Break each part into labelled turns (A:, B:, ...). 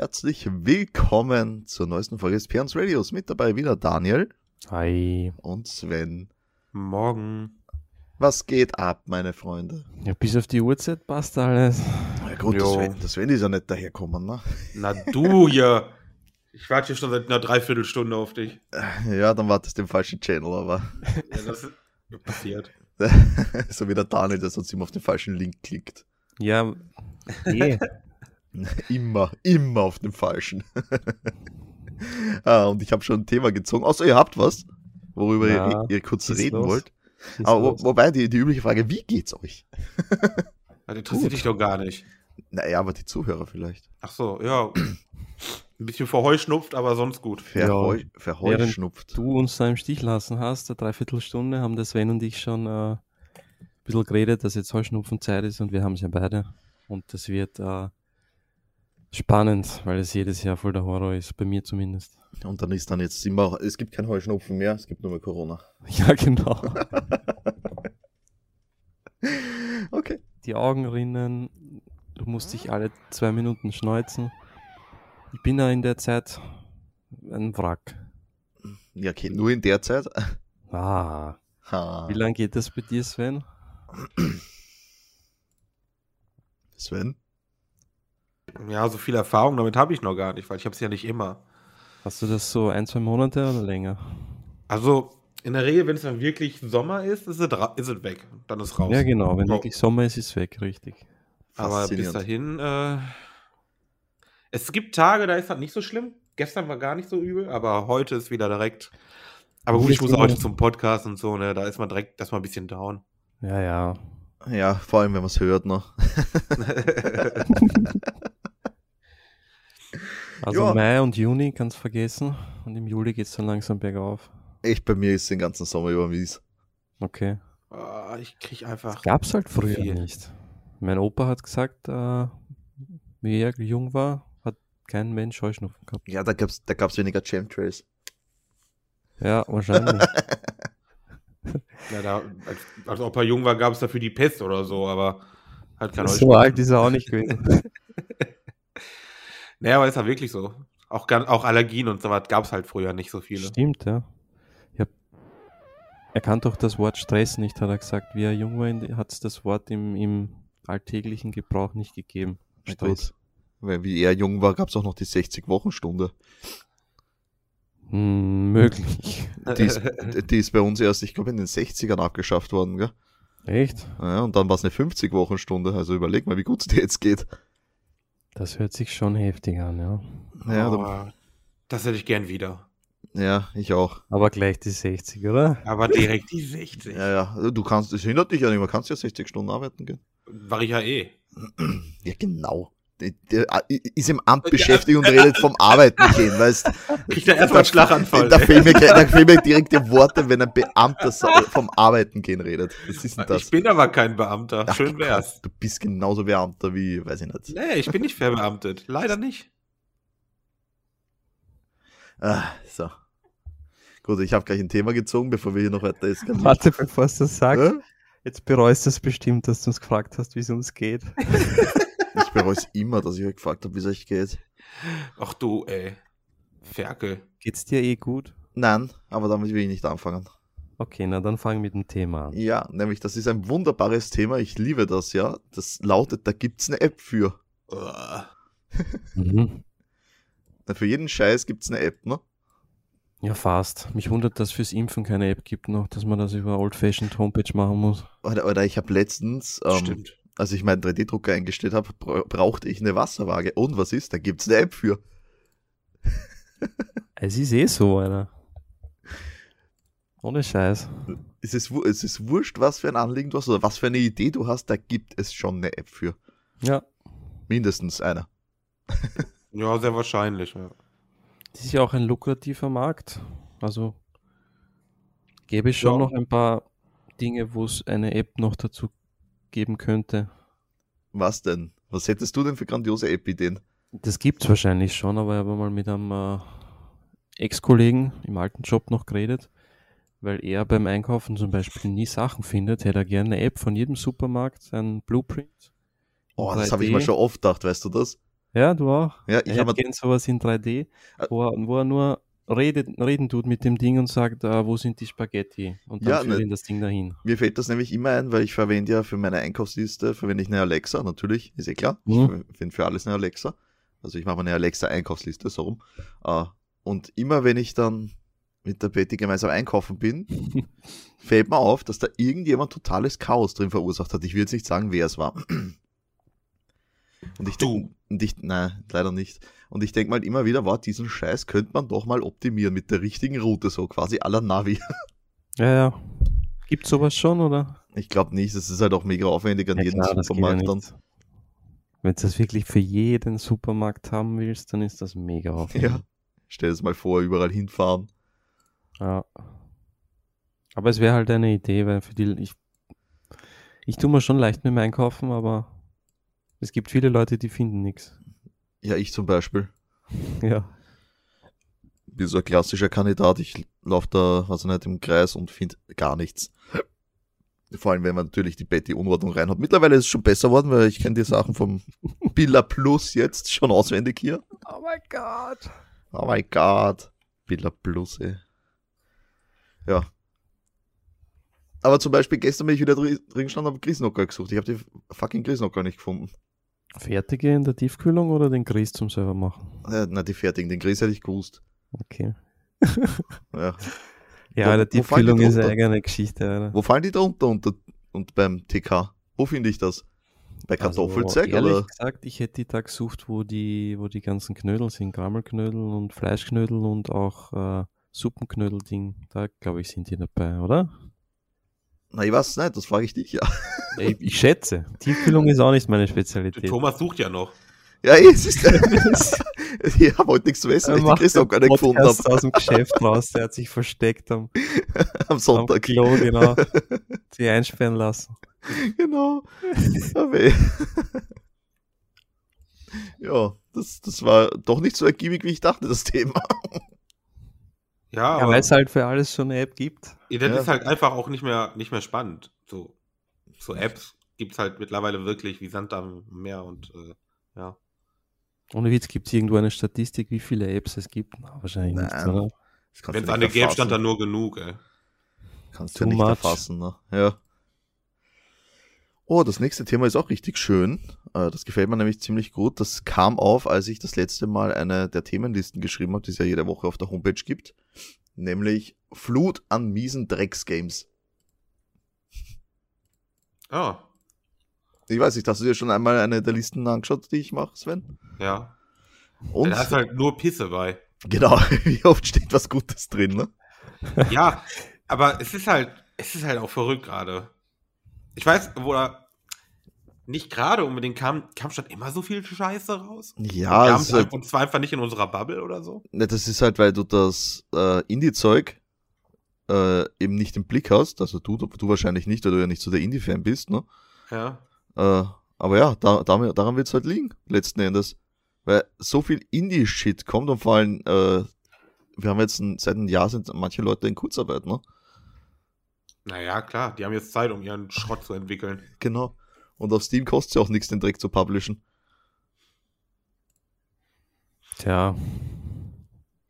A: Herzlich willkommen zur neuesten Folge des Pians Radios. Mit dabei wieder Daniel
B: Hi.
A: und Sven.
C: Morgen.
A: Was geht ab, meine Freunde?
B: Ja, bis auf die Uhrzeit passt alles.
A: Na gut, der
C: Jo.
A: Sven, der Sven ist ja nicht daherkommen, ne?
C: Na du ja. Ich warte hier schon seit einer Dreiviertelstunde auf dich.
A: Ja, dann wartest du im falschen Channel, aber
C: Ja, das ist passiert.
A: so wie der Daniel, der sonst immer auf den falschen Link klickt.
B: Ja, eh.
A: Immer, immer auf den falschen. ah, und ich habe schon ein Thema gezogen. Außer ihr habt was, worüber
B: Ja,
A: ihr, ihr kurz
B: schieß
A: reden
B: los.
A: wollt. Aber wo, wobei die, die übliche Frage, wie geht's euch?
C: Das interessiert
A: Gut.
C: dich doch gar nicht.
A: Naja, aber die Zuhörer vielleicht.
C: Ach so, ja. Ein bisschen verheuschnupft, aber sonst gut.
A: Verheu,
B: Ja,
A: verheuschnupft.
B: du uns da im Stich lassen hast, eine Dreiviertelstunde, haben der Sven und ich schon äh, ein bisschen geredet, dass jetzt Heuschnupfenzeit ist und wir haben es ja beide. Und das wird äh, spannend, weil es jedes Jahr voll der Horror ist, bei mir zumindest.
A: Und dann ist dann jetzt immer, es gibt kein Heuschnupfen mehr, es gibt nur mehr Corona.
B: Ja, genau.
A: Okay.
B: die Augen rinnen, du musst dich alle zwei Minuten schneuzen. Ich bin da in der Zeit ein Wrack.
A: Ja, okay, nur in der Zeit.
B: Ah.
A: Ha.
B: Wie lange geht das bei dir, Sven?
A: Sven?
C: Ja, so viel Erfahrung damit habe ich noch gar nicht, weil ich habe es ja nicht immer.
B: Hast du das so ein, zwei Monate oder länger?
C: Also, in der Regel, wenn es dann wirklich Sommer ist, ist es, ra- ist es weg. Dann ist es raus.
B: Ja, genau. Wenn
C: Oh.
B: wirklich Sommer ist, ist weg, richtig.
C: Aber bis
A: Faszinierend.
C: dahin, äh, es gibt Tage, da ist das nicht so schlimm. Gestern war gar nicht so übel, aber heute ist wieder direkt. Aber gut, ich muss heute zum Podcast und so, ne? Da ist man direkt erstmal ein bisschen down.
B: Ja, ja.
A: Ja, vor allem, wenn man es hört noch.
B: Also
A: Ja.
B: Mai und Juni kannst vergessen. Und im Juli geht es dann langsam bergauf.
A: Echt, bei mir ist den ganzen Sommer über mies.
B: Okay.
C: Ah, ich krieg einfach.
B: Gab's halt
C: früher
B: nicht. Mein Opa hat gesagt, äh, wie er jung war, hat kein Mensch Heuschnupfen gehabt.
A: Ja, da gab's da gab's weniger Chemtrails.
B: Ja, wahrscheinlich.
C: Ja, da, als, als Opa jung war, gab es dafür die Pest oder so, aber halt kein
B: so
C: Heuschnupfen.
B: alt ist er auch nicht gewesen.
C: Naja, aber ist ja wirklich so. Auch, gan- auch Allergien und so was gab es halt früher nicht so viele.
B: Stimmt, ja. Ich hab, er kann doch das Wort Stress nicht, hat er gesagt. Wie er jung war, hat es das Wort im, im alltäglichen Gebrauch nicht gegeben.
A: Na Gut. Weil wie er jung war, gab's auch noch die 60-Wochen-Stunde.
B: Hm, möglich.
A: Die, ist- die ist bei uns erst, ich glaube, in den 60ern abgeschafft worden, gell?
B: Echt?
A: Ja, und dann war's eine 50-Wochen-Stunde. Also überleg mal, wie gut es dir jetzt geht.
B: Das hört sich schon heftig an, ja.
A: Ja, da,
C: Aber Oh, das hätte ich gern wieder.
A: ja, ich auch.
B: Aber gleich die 60, oder?
C: Aber direkt die 60.
A: Ja, ja. Du kannst, es hindert dich ja nicht, man kannst ja 60 Stunden arbeiten gehen.
C: War ich ja eh.
A: Ja, genau. Der, der ist im Amt beschäftigt und redet vom Arbeiten gehen, weißt
C: Kriegt er erstmal einen Schlaganfall.
A: Da fehlen, mir, ke- da fehlen mir direkt die Worte, wenn ein Beamter sa- vom Arbeiten gehen redet. Was ist denn
C: Ah, Ich
A: das?
C: bin aber kein Beamter.
A: Ach,
C: Schön wär's.
A: Du bist genauso Beamter wie, weiß ich nicht.
C: Nee, ich bin nicht verbeamtet. Leider nicht.
A: Ah, so. Gut, ich habe gleich ein Thema gezogen, bevor wir hier noch weiter eskalieren.
B: Warte, bevor du das sagst,
A: Hä?
B: jetzt bereust du es bestimmt, dass du uns gefragt hast, wie es uns geht.
A: Ich bereue es immer, dass ich euch gefragt habe, wie es euch geht.
C: Ach du, ey. Ferkel.
B: Geht's dir eh gut?
A: Nein, aber damit will ich nicht anfangen.
B: Okay, na dann fang mit dem Thema an.
A: Ja, nämlich, das ist ein wunderbares Thema. Ich liebe das, ja. Das lautet, da gibt's eine App für.
C: Uah.
B: Mhm.
A: Für jeden Scheiß gibt's eine App, ne?
B: Ja, fast. Mich wundert, dass fürs Impfen keine App gibt noch, dass man das über Old-Fashioned Homepage machen muss.
A: Oder, oder ich habe letztens, ähm,
C: Stimmt.
A: als ich meinen 3D-Drucker eingestellt habe, bra brauchte ich eine Wasserwaage. Und was ist? Da gibt's eine App für.
B: Es ist eh so, Alter. Ohne Scheiß.
A: Es ist, wu- es ist wurscht, was für ein Anliegen du hast oder was für eine Idee du hast, da gibt es schon eine App für.
B: Ja.
A: Mindestens eine.
C: Ja, sehr wahrscheinlich. Ja.
B: Das ist ja auch ein lukrativer Markt. Also gäbe es schon
C: Ja.
B: noch ein paar Dinge, wo es eine App noch dazu geben könnte.
A: Was denn? Was hättest du denn für grandiose App-Ideen?
B: Das gibt es wahrscheinlich schon, aber ich habe mal mit einem äh, Ex-Kollegen im alten Job noch geredet, weil er beim Einkaufen zum Beispiel nie Sachen findet, hätte er gerne eine App von jedem Supermarkt, ein Blueprint.
A: Oh,
B: Und
A: das habe ich
B: 3D.
A: mir schon oft gedacht, weißt du das?
B: Ja, du auch.
A: Ja, ich
B: Ich
A: habe
B: hätte gern sowas in 3D,
A: Ah.
B: wo er, wo er nur redet, reden tut mit dem Ding und sagt, äh, wo sind die Spaghetti? Und dann
A: Ja,
B: führt
A: ne.
B: ihn das Ding dahin.
A: Mir fällt das nämlich immer ein, weil ich verwende ja für meine Einkaufsliste, verwende ich eine Alexa, natürlich, ist eh klar.
B: Mhm.
A: Ich verwende für alles eine Alexa. Also ich mache meine Alexa-Einkaufsliste, so rum. Äh, Und immer wenn ich dann mit der Betty gemeinsam einkaufen bin, fällt mir auf, dass da irgendjemand totales Chaos drin verursacht hat. Ich will jetzt nicht sagen, wer es war. Und ich denke,
C: Du.
A: und ich, nein, leider nicht. Und ich denke mal immer wieder, wow, diesen Scheiß könnte man doch mal optimieren mit der richtigen Route, so quasi à la Navi.
B: Ja, ja. Gibt sowas schon, oder?
A: Ich glaube nicht, das ist halt auch mega aufwendig an jeden Supermarkt. dann.
B: Wenn du das wirklich für jeden Supermarkt haben willst, dann ist das mega aufwendig.
A: Ja. Stell es mal vor, überall hinfahren.
B: Ja. Aber es wäre halt eine Idee, weil für die. Ich, ich tue mir schon leicht mit dem Einkaufen, aber es gibt viele Leute, die finden nichts.
A: Ja, ich zum Beispiel.
B: Ja.
A: Bin so ein klassischer Kandidat. Ich laufe da, was nicht, im Kreis und finde gar nichts. Vor allem, wenn man natürlich die Betty Unordnung reinhaut. Mittlerweile ist es schon besser worden, weil ich kenne die Sachen vom Billa Plus jetzt schon auswendig hier.
B: Oh mein Gott.
A: Oh mein Gott. Billa Plus, ey. Ja. Aber zum Beispiel gestern bin ich wieder drin drin gestanden und habe Grisnocker gesucht. Ich habe die fucking Grisnocker nicht gefunden.
B: Fertige in der Tiefkühlung oder den Grieß zum selber machen?
A: Äh, Na, die fertigen. Den Gris hätte ich gewusst.
B: Okay.
A: Ja.
B: Ja,
A: Wo- wo
B: der
A: fallen
B: Tiefkühlung
A: die
B: ist eine
A: drunter?
B: eigene Geschichte, Alter.
A: Wo fallen die drunter unter und beim TK? Wo finde ich das? Bei Kartoffelzeug
B: also,
A: oder?
B: ehrlich gesagt, ich hätte die da gesucht, wo die, wo die ganzen Knödel sind. Grammelknödel und Fleischknödel und auch äh, Suppenknödel-Ding. Da, glaube ich, sind die dabei, oder?
A: Na, ich weiß nicht, das frage ich dich ja.
B: Ich, ich schätze. Tiefkühlung ist auch nicht meine
C: Der
B: Spezialität.
C: Thomas sucht ja noch.
A: Ja, ey, es ist. ich habe heute nichts zu essen, weil ich die Christoph nicht gefunden
B: Äh, Podcast
A: habe
B: aus dem Geschäft raus, der hat sich versteckt am,
A: am
B: am
A: Sonntag.
B: Klo, genau. Sie einsperren lassen.
A: Genau. eh. Ja, weh. ja, das, das war doch nicht so ergiebig, wie ich dachte, das Thema.
B: Ja,
C: Ja, aber
B: weil es halt für alles so eine App gibt.
C: ja, das
A: Ja.
C: ist halt einfach auch nicht mehr, nicht mehr spannend. So, so Apps gibt es halt mittlerweile wirklich wie Sand am Meer und äh, ja.
B: Ohne Witz gibt es irgendwo eine Statistik, wie viele Apps es gibt. Na, wahrscheinlich nicht,
A: Nein,
B: oder?
A: Das kannst
C: Wenn es
A: du
C: an der
A: nicht
C: Gelb
A: erfassen.
C: stand, dann nur genug, ey.
A: Kannst
B: Too
A: du nicht
B: much.
A: erfassen, ne? Ja. Oh, das nächste Thema ist auch richtig schön. Äh, Das gefällt mir nämlich ziemlich gut. Das kam auf, als ich das letzte Mal eine der Themenlisten geschrieben habe, die es ja jede Woche auf der Homepage gibt. Nämlich Flut an miesen Drecksgames.
C: Ah,
A: Ich weiß nicht, hast du dir schon einmal eine der Listen angeschaut, die ich mache, Sven?
C: ja.
A: Und
C: Da ist halt nur Pisse bei.
A: genau, wie oft steht was Gutes drin, ne?
C: Ja, aber es ist halt, es ist halt auch verrückt gerade. Ich weiß, wo da nicht gerade unbedingt kam, kam schon immer so viel Scheiße raus.
A: Ja,
C: kam
A: es ist halt,
C: und zwar einfach nicht in unserer Bubble oder so.
A: ne, das ist halt, weil du das äh, Indie-Zeug äh, eben nicht im Blick hast. Also du, du wahrscheinlich nicht, weil du ja nicht so der Indie-Fan bist, ne?
C: Ja.
A: Äh, aber ja, da, damit, daran wird es halt liegen, letzten Endes. Weil so viel Indie-Shit kommt und vor allem, äh, wir haben jetzt ein, seit einem Jahr sind manche Leute in Kurzarbeit, ne?
C: Naja, klar, die haben jetzt Zeit, um ihren Schrott zu entwickeln.
A: Genau. Und auf Steam kostet ja auch nichts, den Dreck zu publishen.
B: Tja,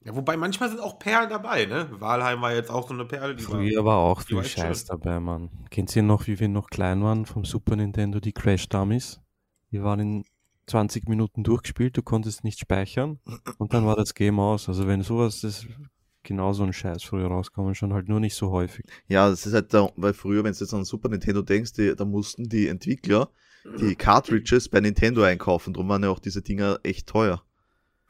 C: Ja, wobei manchmal sind auch Perlen dabei, ne? Walheim war jetzt auch so eine Perle, die war.
B: früher war auch
C: die war
B: viel
C: echt schön.
B: Scheiß dabei, Mann. Kennt ihr noch, wie wir noch klein waren vom Super Nintendo, die Crash Dummies? Die waren in 20 Minuten durchgespielt, du konntest nicht speichern und dann war das Game aus. Also wenn sowas, das ist genau so ein Scheiß früher rauskommen, schon halt nur nicht so häufig.
A: Ja, das ist halt, da, weil früher, wenn du jetzt an Super Nintendo denkst, die, da mussten die Entwickler die Cartridges bei Nintendo einkaufen. Drum waren ja auch diese Dinger echt teuer.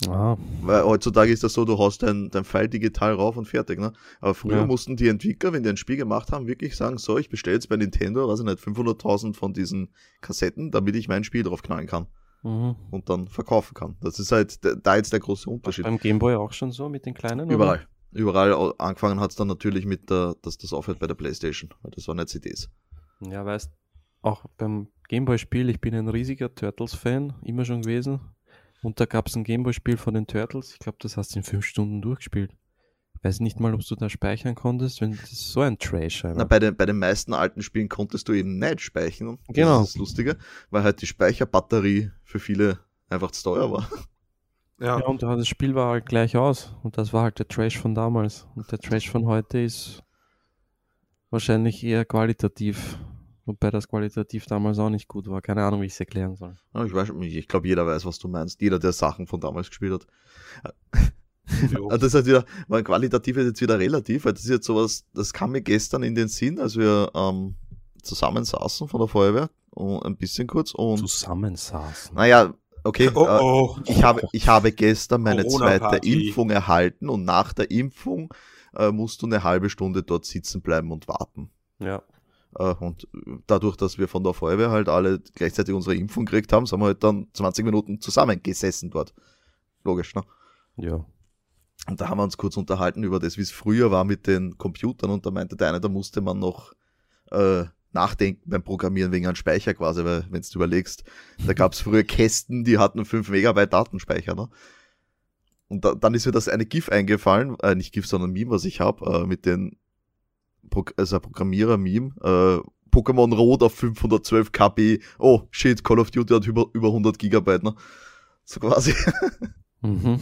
B: Ah,
A: Weil heutzutage ist das so, du haust dein, dein File digital rauf und fertig, ne? Aber früher
B: Ja.
A: mussten die Entwickler, wenn die ein Spiel gemacht haben, wirklich sagen, so, ich bestelle jetzt bei Nintendo, weiß ich nicht, 500.000 von diesen Kassetten, damit ich mein Spiel drauf knallen kann
B: mhm.
A: und dann verkaufen kann. Das ist halt d- da jetzt der große Unterschied.
B: Beim Gameboy auch schon so mit den kleinen?
A: Überall. Überall au- angefangen hat's dann natürlich mit der, dass das aufhört bei der Playstation, weil das waren ja CDs.
B: Oder? Ja, weißt, auch beim Gameboy-Spiel, ich bin ein riesiger Turtles-Fan, immer schon gewesen. Und da gab es ein Gameboy-Spiel von den Turtles, ich glaube, das hast du in fünf Stunden durchgespielt. Weiß nicht mal, ob du da speichern konntest, wenn das ist so ein Trash
A: Na,
B: Alter.
A: bei, den, bei den meisten alten Spielen konntest du eben nicht speichern. Das
B: Genau.
A: ist das Lustige, weil halt die Speicherbatterie für viele einfach zu teuer war.
B: Ja. und das Spiel war halt gleich aus. Und das war halt der Trash von damals. Und der Trash von heute ist wahrscheinlich eher qualitativ. Wobei das qualitativ damals auch nicht gut war. Keine Ahnung, wie ich es erklären soll.
A: Ja, Ich weiß, ich glaube, jeder weiß, was du meinst. Jeder, der Sachen von damals gespielt hat.
C: Jo.
A: Also Das ist halt wieder, mein qualitativ ist jetzt wieder relativ, weil das ist jetzt sowas, das kam mir gestern in den Sinn, als wir ähm, zusammen saßen von der Feuerwehr, und ein bisschen kurz und
B: Zusammensaßen.
A: naja, okay,
C: Oh,
A: äh,
C: oh.
A: ich habe, ich habe gestern meine zweite
C: Corona-Party.
A: Impfung erhalten und nach der Impfung äh, musst du eine halbe Stunde dort sitzen bleiben und warten.
B: Ja.
A: Äh, und dadurch, dass wir von der Feuerwehr halt alle gleichzeitig unsere Impfung gekriegt haben, sind wir halt dann 20 Minuten zusammengesessen dort. Logisch, ne?
B: Ja.
A: Und da haben wir uns kurz unterhalten über das, wie es früher war mit den Computern. Und da meinte der eine, da musste man noch äh, nachdenken beim Programmieren wegen einem Speicher quasi, weil wenn du überlegst, da gab es früher Kästen, die hatten 5 Megabyte Datenspeicher. Ne? Und da, dann ist mir das eine GIF eingefallen, äh, nicht GIF, sondern Meme, was ich habe, äh, mit den Pro also ein Programmierer-Meme, äh, Pokémon Rot auf 512 KB, oh shit, Call of Duty hat über, über 100 Gigabyte, ne? So quasi.
B: Mhm.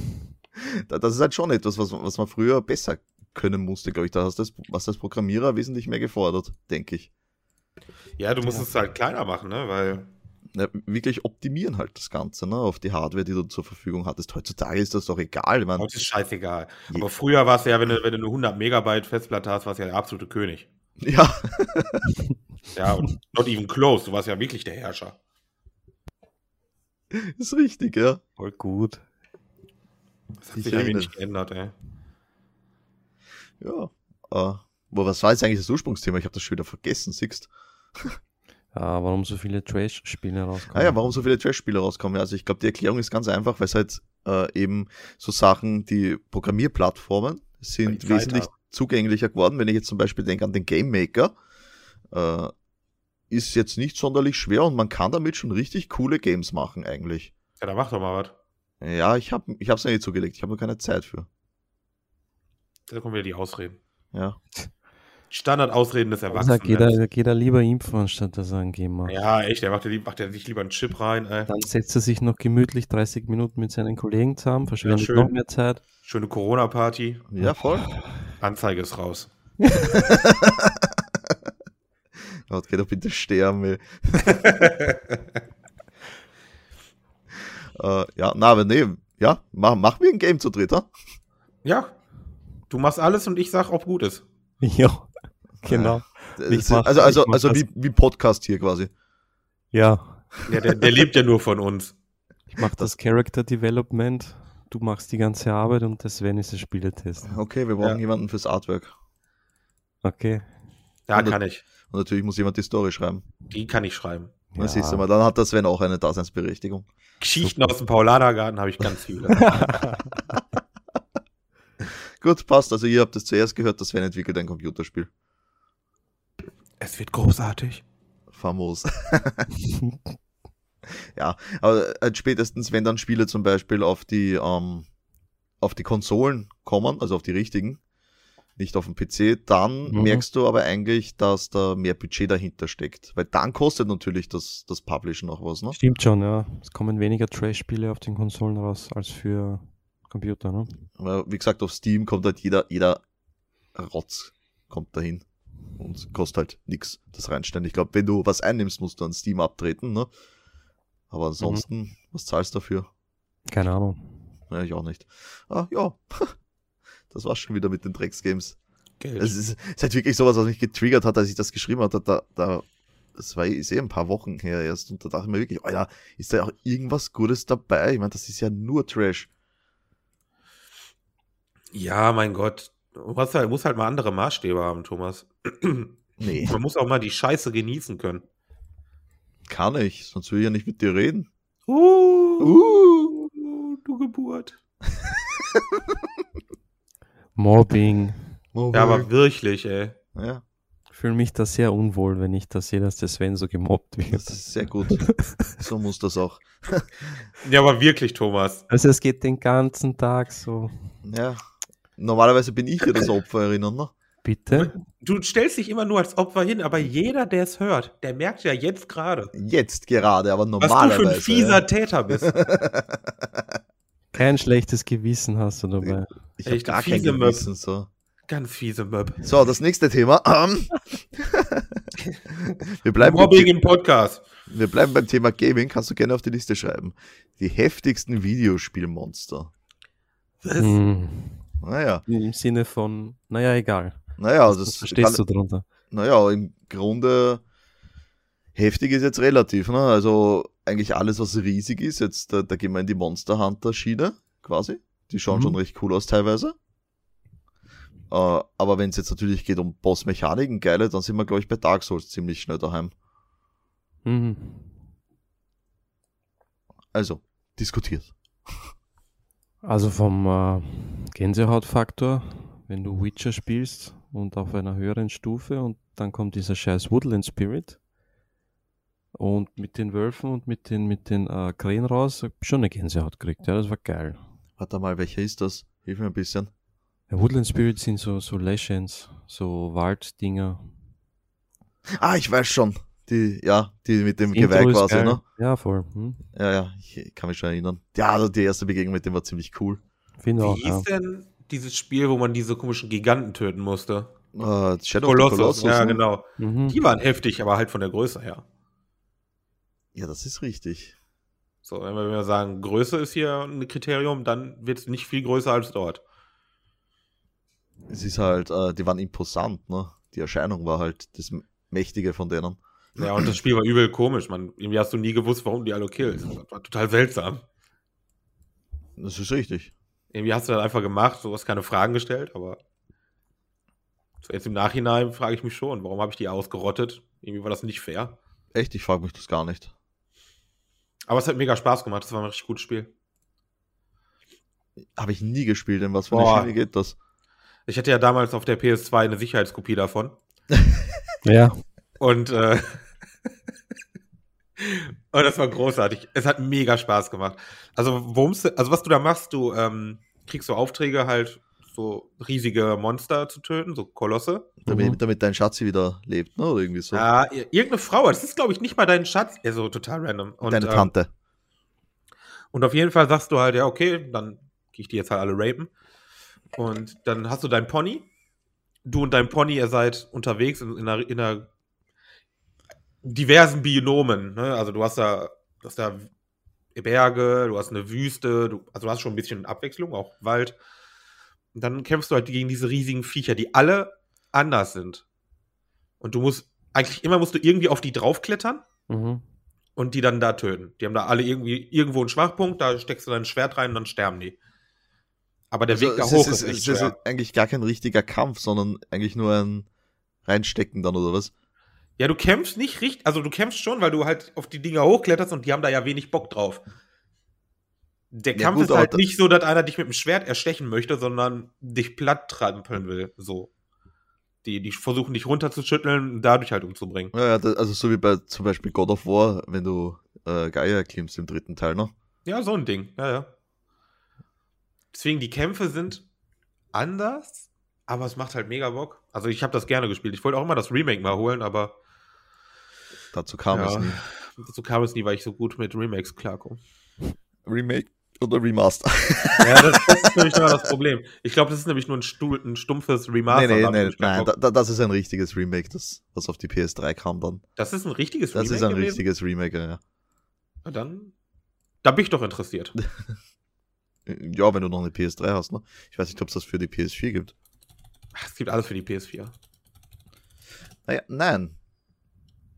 A: Da- Das ist halt schon etwas, was, was man früher besser können musste, glaube ich. Da hast du das, was das Programmierer wesentlich mehr gefordert, denke ich.
C: Ja, du musst
B: Ja.
C: es halt kleiner machen, ne? Weil
A: Ja, wirklich optimieren halt das Ganze, ne? Auf die Hardware, die du zur Verfügung hattest. Heutzutage ist das doch egal. Ich mein,
C: heute ist scheißegal.
A: Je-
C: Aber früher war es ja, wenn du, wenn du eine 100 Megabyte Festplatte hast, warst du ja der absolute König.
A: ja,
C: Ja, und not even close. Du warst ja wirklich der Herrscher.
A: ist richtig, ja.
B: Voll gut.
C: Das hat
A: Ich
C: sich ja
A: erinnere.
C: wenig geändert, ey.
A: Ja. Äh, wo, was war jetzt eigentlich das Ursprungsthema? Ich habe das schon wieder vergessen, siehst.
B: Ja, warum so viele Trash-Spiele rauskommen?
A: Ah ja, warum so viele Trash-Spiele rauskommen. Also ich glaube, die Erklärung ist ganz einfach, weil es halt äh, eben so Sachen, die Programmierplattformen
C: Weil die
A: sind
C: Zeit
A: wesentlich
C: haben.
A: zugänglicher geworden. Wenn ich jetzt zum Beispiel denke an den Game Maker, äh, ist jetzt nicht sonderlich schwer und man kann damit schon richtig coole Games machen eigentlich.
C: Ja, dann mach doch mal was.
A: Ja, ich habe ich hab's mir nicht zugelegt, ich habe nur keine Zeit für.
C: Da kommen wieder die Ausreden.
A: Ja.
C: Standardausreden des
B: Sagt Also jeder,
C: Erwachsenen.
B: sagt jeder lieber impfen, anstatt dass er einen Game macht.
C: ne? Ja, echt, der macht, ja lieb- macht ja sich lieber einen Chip rein, ey.
B: Dann setzt er sich noch gemütlich 30 Minuten mit seinen Kollegen zusammen, verschwendet
C: schön.
B: noch mehr Zeit.
C: Schöne Corona-Party.
A: Ja, voll.
C: Anzeige ist raus.
A: Gott, geh doch bitte sterben. Ey. äh, ja, na, aber nee, ja, mach, mach mir ein Game zu dritt, ha?
C: Ja. Du machst alles und ich sag, ob gut ist.
B: Ja, genau. Ich mach-
A: also also,
B: ich mach
A: also
B: das.
A: wie, wie Podcast hier quasi.
B: Ja,
C: Ja, der, der lebt ja nur von uns.
B: ich mache das Character Development, du machst die ganze Arbeit und der Sven ist der Spieletest.
A: Okay, wir brauchen
C: Ja.
A: jemanden fürs Artwork.
B: Okay.
C: Da
A: Und-
C: kann ich.
A: Und natürlich muss jemand die Story schreiben.
C: Die kann ich schreiben.
A: Ja. Das siehst du mal, dann hat das Sven auch eine Daseinsberechtigung.
C: Geschichten aus dem Paulanergarten habe ich ganz viele.
A: Gut, passt. Also ihr habt es zuerst gehört, dass Sven entwickelt ein Computerspiel.
C: es wird großartig.
A: Famos. ja, aber äh, spätestens, wenn dann Spiele zum Beispiel auf die, ähm, auf die Konsolen kommen, also auf die richtigen, nicht auf dem PC, dann
B: Mhm.
A: merkst du aber eigentlich, dass da mehr Budget dahinter steckt. Weil dann kostet natürlich das, das Publishen auch was, ne?
B: Stimmt schon, ja. Es kommen weniger Trash-Spiele auf den Konsolen raus als für Computer, ne?
A: Aber wie gesagt, auf Steam kommt halt jeder, jeder Rotz kommt dahin. Und kostet halt nix, das reinstellen. Ich glaube, wenn du was einnimmst, musst du an Steam abtreten, ne? Aber ansonsten,
C: Mhm.
A: was zahlst du dafür?
B: Keine Ahnung.
A: Ja, ich auch nicht. Ah, ja. Das war's schon wieder mit den Drecks-Games.
C: Geld.
A: Es ist, es ist halt wirklich sowas, was mich getriggert hat, als ich das geschrieben hatte. Da, da, das war ist eh ein paar Wochen her erst. Und da dachte ich mir wirklich, Alter, ist da auch irgendwas Gutes dabei? Ich meine, das ist ja nur Trash.
C: ja, mein Gott. Du hast halt, musst halt mal andere Maßstäbe haben, Thomas. Man
A: Nee,
C: muss auch mal die Scheiße genießen können.
A: kann ich. Sonst will ich ja nicht mit dir reden.
C: Uh, du Geburt.
B: Mobbing.
C: Ja, aber wirklich, ey.
A: Ja,
B: Ich fühle mich da sehr unwohl, wenn ich das sehe, dass der Sven so gemobbt wird.
A: das ist sehr gut. So muss das auch.
C: Ja, aber wirklich, Thomas.
B: Also es geht den ganzen Tag so.
A: Ja. Normalerweise bin ich ja das Opfer erinnern, ne?
B: Bitte?
C: Du stellst dich immer nur als Opfer hin, aber jeder, der es hört, der merkt ja jetzt gerade,
A: Jetzt gerade, aber
C: was du
A: normalerweise.
C: für ein fieser
A: ja.
C: Täter bist.
B: Kein schlechtes Gewissen hast du dabei.
A: Ich habe
C: Echt,
A: gar kein
C: fiese Möb.
A: Gewissen so.
C: Ganz fiese Möb.
A: So, das nächste Thema. Ähm, wir, bleiben beim,
C: Mobbing
A: The-
C: im Podcast.
A: wir bleiben beim Thema Gaming. Kannst du gerne auf die Liste schreiben. Die heftigsten Videospielmonster. Mhm.
B: Hm.
A: Naja,
B: Im Sinne von, naja, egal.
A: naja, das,
B: Was verstehst
A: kann,
B: du drunter?
A: Naja, im Grunde heftig ist jetzt relativ. Ne? Also eigentlich alles, was riesig ist. Jetzt, da, da gehen wir in die Monster Hunter-Schiene quasi. Die schauen
B: Mhm.
A: schon recht cool aus teilweise. Äh, aber wenn es jetzt natürlich geht um Bossmechaniken, geile, dann sind wir, glaube ich, bei Dark Souls ziemlich schnell daheim.
B: Mhm.
A: Also, diskutiert.
B: Also vom äh, Gänsehautfaktor, wenn du Witcher spielst und auf einer höheren Stufe und dann kommt dieser scheiß Woodland Spirit und mit den Wölfen und mit den, mit den äh, Krähen raus, hab schon eine Gänsehaut gekriegt. Ja, das war geil.
A: Warte mal, welcher ist das? Hilf mir ein bisschen.
B: Ja, Woodland Spirits sind so, so Legends, so Walddinger.
A: Ah, ich weiß schon. Die, ja, die mit dem
B: Intro
A: Geweih
B: ist
A: quasi,
B: geil.
A: ne?
B: Ja, voll. Hm?
A: Ja, ja, ich kann mich schon erinnern. Ja, also die erste Begegnung mit dem war ziemlich cool.
B: Finde auch.
C: Wie
B: ja.
C: hieß denn dieses Spiel, wo man diese komischen Giganten töten musste?
A: Äh, Shadow of the
C: Kolossus, ja,
A: ne?
C: genau.
B: Mhm.
C: Die waren heftig, aber halt von der Größe her.
A: Ja, das ist richtig.
C: So, wenn wir wenn wir sagen, Größe ist hier ein Kriterium, dann wird es nicht viel größer als dort.
A: Es ist halt, äh, die waren imposant, ne? Die Erscheinung war halt das Mächtige von denen.
C: Ja, und das Spiel war übel komisch. Man, irgendwie hast du nie gewusst, warum die alle killst. Das war total seltsam.
A: Das ist richtig.
C: Irgendwie hast du das einfach gemacht, so hast keine Fragen gestellt, aber so jetzt im Nachhinein frage ich mich schon, warum habe ich die ausgerottet? Irgendwie war das nicht fair.
A: Echt, ich frage mich das gar nicht.
C: Aber es hat mega Spaß gemacht, das war ein richtig gutes Spiel.
A: Habe ich nie gespielt, in was für eine
C: Boah.
A: Schiene geht das?
C: Ich hatte ja damals auf der PS2 eine Sicherheitskopie davon.
B: Ja,
C: Und, äh, und das war großartig. Es hat mega Spaß gemacht. Also, worum's, also was du da machst, du ähm, kriegst so Aufträge, halt so riesige Monster zu töten, so Kolosse.
A: Damit,
B: Mhm.
A: damit dein Schatzi wieder lebt, ne? Oder irgendwie so.
C: Ja, ir- irgendeine Frau, das ist, glaube ich, nicht mal dein Schatz. Also total random. Und,
A: Deine
C: ähm,
A: Tante.
C: und auf jeden Fall sagst du halt, ja, okay, dann gehe ich die jetzt halt alle rapen. Und dann hast du dein Pony. Du und dein Pony, ihr seid unterwegs in, in, einer, in einer diversen Bionomen. Ne? Also du hast da, du hast da Berge, du hast eine Wüste, du, also du hast schon ein bisschen Abwechslung, auch Wald. Und dann kämpfst du halt gegen diese riesigen Viecher, die alle anders sind. Und du musst, eigentlich immer musst du irgendwie auf die draufklettern
B: mhm.
C: und die dann da töten. Die haben da alle irgendwie irgendwo einen Schwachpunkt, da steckst du dein Schwert rein und dann sterben die. Aber der Weg da
A: Also,
C: hoch
A: es
C: ist,
A: ist,
C: echt
A: es ist,
C: schwer.
A: eigentlich gar kein richtiger Kampf, sondern eigentlich nur ein Reinstecken dann oder was?
C: Ja, du kämpfst nicht richtig, also du kämpfst schon, weil du halt auf die Dinger hochkletterst und die haben da ja wenig Bock drauf. Der
A: Ja,
C: Kampf
A: gut,
C: ist halt
A: aber-
C: nicht so, dass einer dich mit dem Schwert erstechen möchte, sondern dich platt trampeln will. So. Die, die versuchen dich runterzuschütteln und dadurch halt umzubringen.
A: Ja, ja, das, also so wie bei zum Beispiel God of War, wenn du äh, Geier klimmst im dritten Teil, ne?
C: Ja, so ein Ding. Ja, ja. Deswegen, die Kämpfe sind anders, aber es macht halt mega Bock. Also, ich habe das gerne gespielt. Ich wollte auch immer das Remake mal holen, aber
A: Dazu kam
C: Ja.
A: es nie.
C: dazu kam es nie, weil ich so gut mit Remakes klarkomme.
A: Remake oder Remaster?
C: Ja, das, das ist nämlich immer das Problem. Ich glaube, das ist nämlich nur ein, Stuhl, ein stumpfes Remaster.
A: nee, nee,
C: da hab ich
A: nee,
C: nämlich keinen
A: nein, da,
C: Bock.
A: da, das ist ein richtiges Remake, das, was auf die PS3 kam dann.
C: das ist ein richtiges
A: Das ist ein
C: gewesen?
A: richtiges Remake, ja.
C: Na dann, da bin ich doch interessiert.
A: Ja, wenn du noch eine PS3 hast, ne? Ich weiß nicht, ob es das für die PS4 gibt.
C: Ach, Es gibt alles für die PS4.
A: Naja, nein.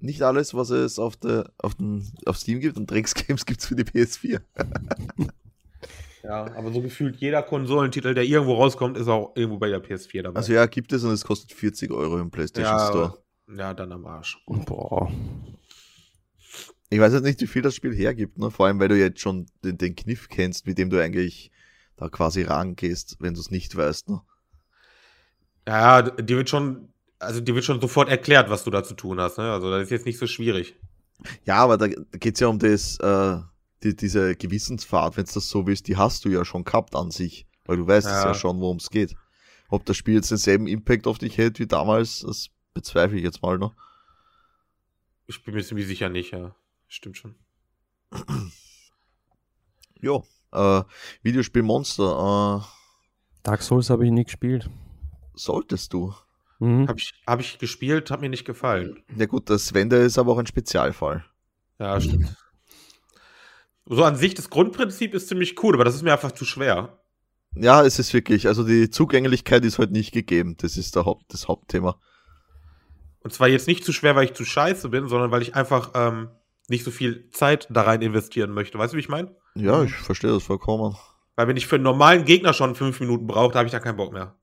A: Nicht alles, was es auf, der, auf, den, auf Steam gibt und Drecks Games gibt es für die PS4.
C: Ja, aber so gefühlt jeder Konsolentitel, der irgendwo rauskommt, ist auch irgendwo bei der PS4 dabei.
A: Also ja, gibt es und es kostet 40 Euro im PlayStation
C: ja,
A: Store.
C: ja, dann am Arsch.
B: Boah.
A: Ich weiß jetzt nicht, wie viel das Spiel hergibt, ne? Vor allem, weil du jetzt schon den, den Kniff kennst, mit dem du eigentlich da quasi rangehst, wenn du es nicht weißt, ne?
C: Ja, ja, dir wird schon, also dir wird schon sofort erklärt, was du da zu tun hast. Ne? Also das ist jetzt nicht so schwierig.
A: Ja, aber da geht es ja um das, äh, die, diese Gewissensfahrt, wenn es das so willst, die hast du ja schon gehabt an sich, weil du weißt es
C: Ja.
A: ja schon, worum es geht. Ob das Spiel jetzt denselben Impact auf dich hält wie damals, das bezweifle ich jetzt mal noch.
C: Ich bin mir ziemlich sicher nicht, ja. Stimmt schon.
A: Jo, äh, Videospiel Monster, äh,
B: Dark Souls habe ich nie gespielt.
A: solltest du.
B: Mhm.
C: Habe ich, hab ich gespielt, hat mir nicht gefallen.
A: Ja gut, das Wender ist aber auch ein Spezialfall.
C: Ja, stimmt. So an sich, das Grundprinzip ist ziemlich cool, aber das ist mir einfach zu schwer.
A: Ja, es ist wirklich, also die Zugänglichkeit ist halt nicht gegeben. Das ist der Haupt, das Hauptthema.
C: Und zwar jetzt nicht zu schwer, weil ich zu scheiße bin, sondern weil ich einfach ähm, nicht so viel Zeit da rein investieren möchte. Weißt du, wie ich meine?
A: Ja, ich verstehe das vollkommen.
C: Weil wenn ich für einen normalen Gegner schon fünf Minuten brauche, da habe ich da keinen Bock mehr.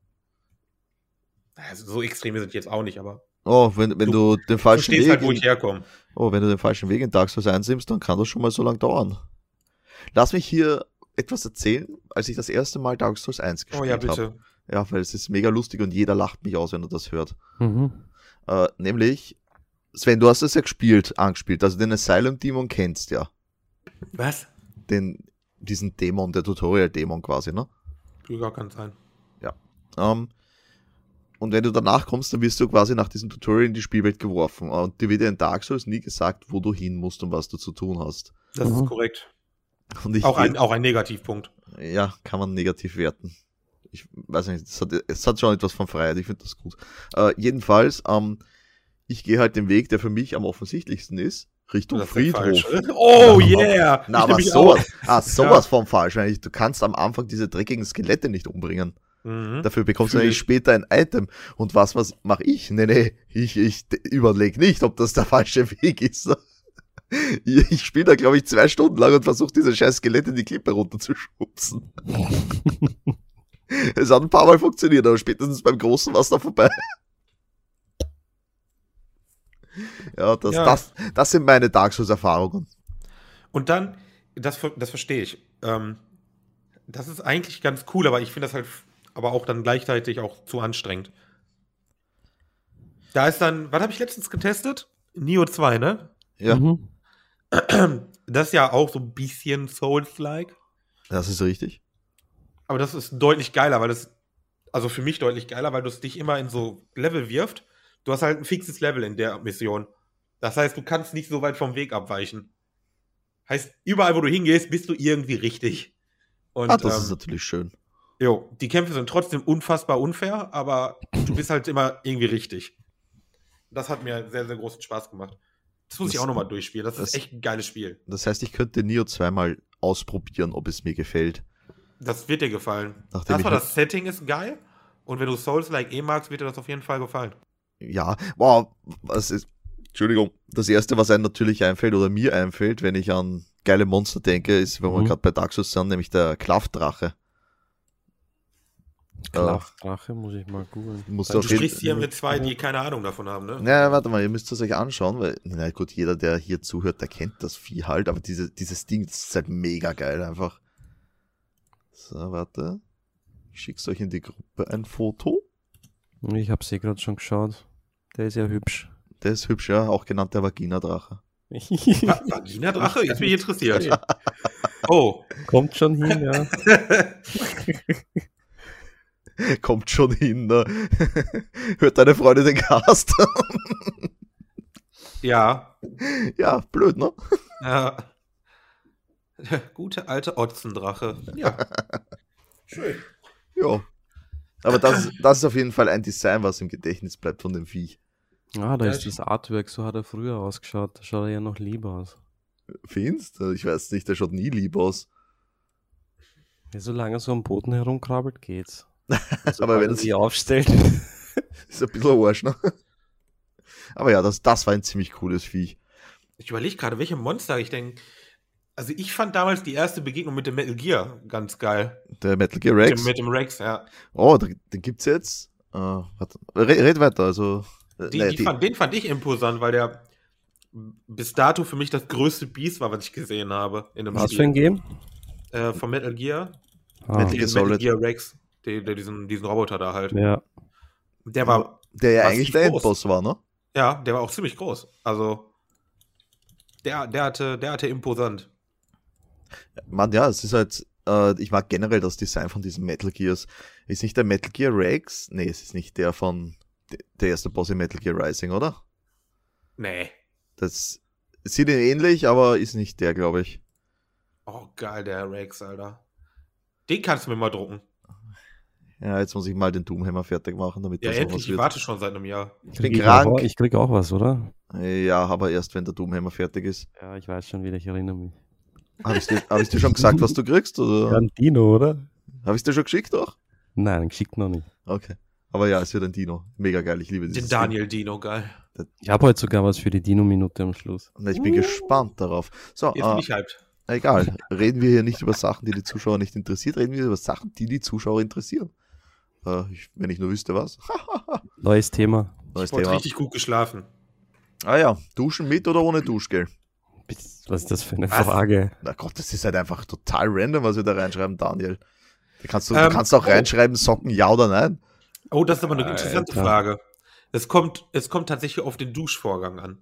C: Also, so extreme sind die jetzt auch nicht, aber
A: Oh, wenn, wenn du, den
C: du
A: falschen
C: verstehst
A: Weg
C: halt, wo
A: in-
C: ich herkomme.
A: Oh, wenn du den falschen Weg in Dark Souls 1 nimmst, dann kann das schon mal so lang dauern. Lass mich hier etwas erzählen, als ich das erste Mal Dark Souls 1
C: Oh
A: gespielt
C: ja,
A: habe.
C: bitte.
A: Ja, weil es ist mega lustig und jeder lacht mich aus, wenn er das hört.
B: Mhm.
A: Äh, nämlich, Sven, du hast das ja gespielt, angespielt. Also den Asylum Demon kennst ja.
C: Was?
A: Den, diesen Dämon, der Tutorial-Dämon quasi, ne?
C: Ja, kann sein.
A: Ähm, und wenn du danach kommst, dann wirst du quasi nach diesem Tutorial in die Spielwelt geworfen. Und dir wird ja in Dark Souls nie gesagt, wo du hin musst und was du zu tun hast.
C: Das
B: Mhm.
C: ist korrekt.
A: Und ich
C: Auch ein, auch ein Negativpunkt.
A: ja, kann man negativ werten. Ich weiß nicht, es hat, es hat schon etwas von Freiheit, ich finde das gut. Äh, jedenfalls, ähm, ich gehe halt den Weg, der für mich am offensichtlichsten ist, Richtung
C: Das ist der
A: Friedhof.
C: falsche. Oh
A: Na, aber-
C: yeah!
A: Na,
C: Ich
A: aber
C: nämlich
A: sowas, ah, sowas vom falsch. Weil ich- Du kannst am Anfang diese dreckigen Skelette nicht umbringen.
C: auch. Mhm.
A: Dafür bekommst du
C: Fühl
A: nämlich
C: ich.
A: später ein Item. Und was, was mache ich? Nee, nee, ich, ich d- überleg nicht, ob das der falsche Weg ist. Ich ich spiele da, glaube ich, zwei Stunden lang und versuche, diese scheiß Skelette die Klippe runterzuschubsen. es hat ein paar Mal funktioniert, aber spätestens beim Großen war es da vorbei. ja, das,
C: Ja.
A: Das, das sind meine Dark Souls-Erfahrungen.
C: Und dann, das, ver- das verstehe ich. Ähm, das ist eigentlich ganz cool, aber ich finde das halt, f- aber auch dann gleichzeitig auch zu anstrengend. Da ist dann, was habe ich letztens getestet? Neo 2, ne?
A: Ja,
B: Mhm.
C: Das ist ja auch so ein bisschen Souls-like.
A: das ist richtig.
C: Aber das ist deutlich geiler, weil das, also für mich deutlich geiler, weil du es dich immer in so Level wirft. Du hast halt ein fixes Level in der Mission. Das heißt, du kannst nicht so weit vom Weg abweichen. Heißt, überall, wo du hingehst, bist du irgendwie richtig. Und
A: ah, das
C: ähm,
A: ist natürlich schön.
C: jo, die Kämpfe sind trotzdem unfassbar unfair, aber du bist halt immer irgendwie richtig. Das hat mir sehr, sehr großen Spaß gemacht. Das muss ich
A: Das-
C: auch nochmal durchspielen. Das,
A: das-
C: ist echt ein geiles Spiel.
A: Das heißt, ich könnte Nio zweimal ausprobieren, ob es mir gefällt.
C: Das wird dir gefallen.
A: Nachdem ich
C: Erstmal,
A: mit-
C: das Setting ist geil. Und wenn du Souls-like eh magst, wird dir das auf jeden Fall gefallen.
A: Ja, wow, was ist. Entschuldigung, das erste, was einem natürlich einfällt oder mir einfällt, wenn ich an geile Monster denke, ist, wenn wir
B: Mhm.
A: gerade bei Dark Souls sind, nämlich der Klaffdrache.
B: Klaffdrache muss ich mal googeln.
A: Muss
B: Dann
A: auf
C: Also Du
A: jeden-
C: sprichst hier mit zwei, die keine Ahnung davon haben, ne?
A: Na, warte mal, ihr müsst es euch anschauen, weil, na gut, jeder, der hier zuhört, der kennt das Vieh halt, aber diese, dieses Ding das ist halt mega geil einfach. So, warte. Ich schick's euch in die Gruppe ein Foto.
B: Ich habe sie gerade schon geschaut. Der ist ja hübsch.
A: Der ist hübsch, ja, auch genannt der Vagina-Drache.
C: Va- Vagina-Drache? Jetzt bin ich interessiert. Oh.
B: Kommt schon hin, ja.
A: Kommt schon hin, ne? Hört deine Freunde den Cast.
C: Ja.
A: ja, blöd, ne?
C: ja. Gute alte Otzendrache. Ja. Schön.
A: Ja. Aber das, das ist auf jeden Fall ein Design, was im Gedächtnis bleibt von dem Viech.
B: Ah, da
C: Ja,
B: ist das Artwork, so hat er früher ausgeschaut. Da schaut er ja noch lieber aus.
A: Findest du? Ich weiß nicht, der schaut nie lieb aus.
B: Ja, solange er so am Boden herumkrabbelt, geht's.
C: Also
A: Aber wenn
B: er
A: es
B: sich aufstellt.
A: ist ein bisschen Arsch, ne? Aber ja, das, das war ein ziemlich cooles Viech.
C: Ich überlege gerade, welche Monster ich denke. Also, ich fand damals die erste Begegnung mit dem Metal Gear ganz geil.
A: Der Metal Gear
C: Mit dem-
A: Rex.
C: Mit dem Rex, ja.
A: Oh, den, den gibt's jetzt. Äh, warte. Red, red weiter, also. äh,
C: Die,
A: nee,
C: die fand, den fand ich imposant, weil der bis dato für mich das größte Biest war, was ich gesehen habe in einem
B: Was für ein Game?
C: Äh, von Metal Gear.
B: Ah,
A: Gear
C: Metal,
A: Solid.
C: Metal Gear Rex, der, der diesen, diesen Roboter da halt.
B: ja.
C: Der war,
A: der ja
C: was
A: eigentlich
C: ist
A: der
C: los?
A: Endboss war, ne?
C: ja, der war auch ziemlich groß. Also, der, der hatte, der hatte imposant.
A: Mann, ja, es ist halt äh, ich mag generell das Design von diesen Metal Gears. Ist nicht der Metal Gear Rex? Nee, es ist nicht der von de- der erste Boss in Metal Gear Rising, oder?
C: Nee.
A: Das sieht ihn ähnlich, aber ist nicht der, glaube ich.
C: Oh, geil, der Rex, Alter. Den kannst du mir mal drucken.
A: Ja, jetzt muss ich mal den Doomhammer fertig machen, damit
C: Ja,
A: das auch was
C: endlich. Ich
A: wird.
C: warte schon seit einem Jahr.
B: Ich genau
A: bin
B: krieg
A: krank.
B: Auch, ich krieg auch was, oder?
A: Ja, aber erst wenn der Doomhammer fertig ist.
B: Ja, ich weiß schon wieder, ich erinnere mich.
A: Habe ich, dir- hab ich dir schon gesagt, was du kriegst? Oder?
B: ein Dino, oder?
A: Habe ich dir schon geschickt auch?
B: Nein, geschickt noch nicht.
A: Okay. Aber ja, es wird ein Dino. Mega geil, ich liebe
C: Den
A: dieses
C: Daniel Dino, geil.
B: Ich habe heute sogar was für die Dino-Minute am Schluss.
A: Ding. Na, ich bin
C: Uh.
A: gespannt darauf. So,
C: Jetzt
A: äh,
C: bin ich hyped.
A: egal. Reden wir hier nicht über Sachen, die die Zuschauer nicht interessiert. Reden wir über Sachen, die die Zuschauer interessieren. Äh, ich, wenn ich nur wüsste, was.
B: Neues Thema.
A: Neues
C: Ich wurde
A: Thema.
C: richtig gut geschlafen.
A: Ah ja, duschen mit oder ohne Duschgel?
B: Was ist das für eine
C: Was?
B: Frage?
A: Na Gott, das ist halt einfach total random, was wir da reinschreiben, Daniel. Da kannst du,
C: Ähm,
A: du kannst auch
C: oh.
A: reinschreiben, Socken ja oder nein.
C: Oh, das ist aber eine interessante
B: Alter.
C: Frage. Es kommt, es kommt tatsächlich auf den Duschvorgang an.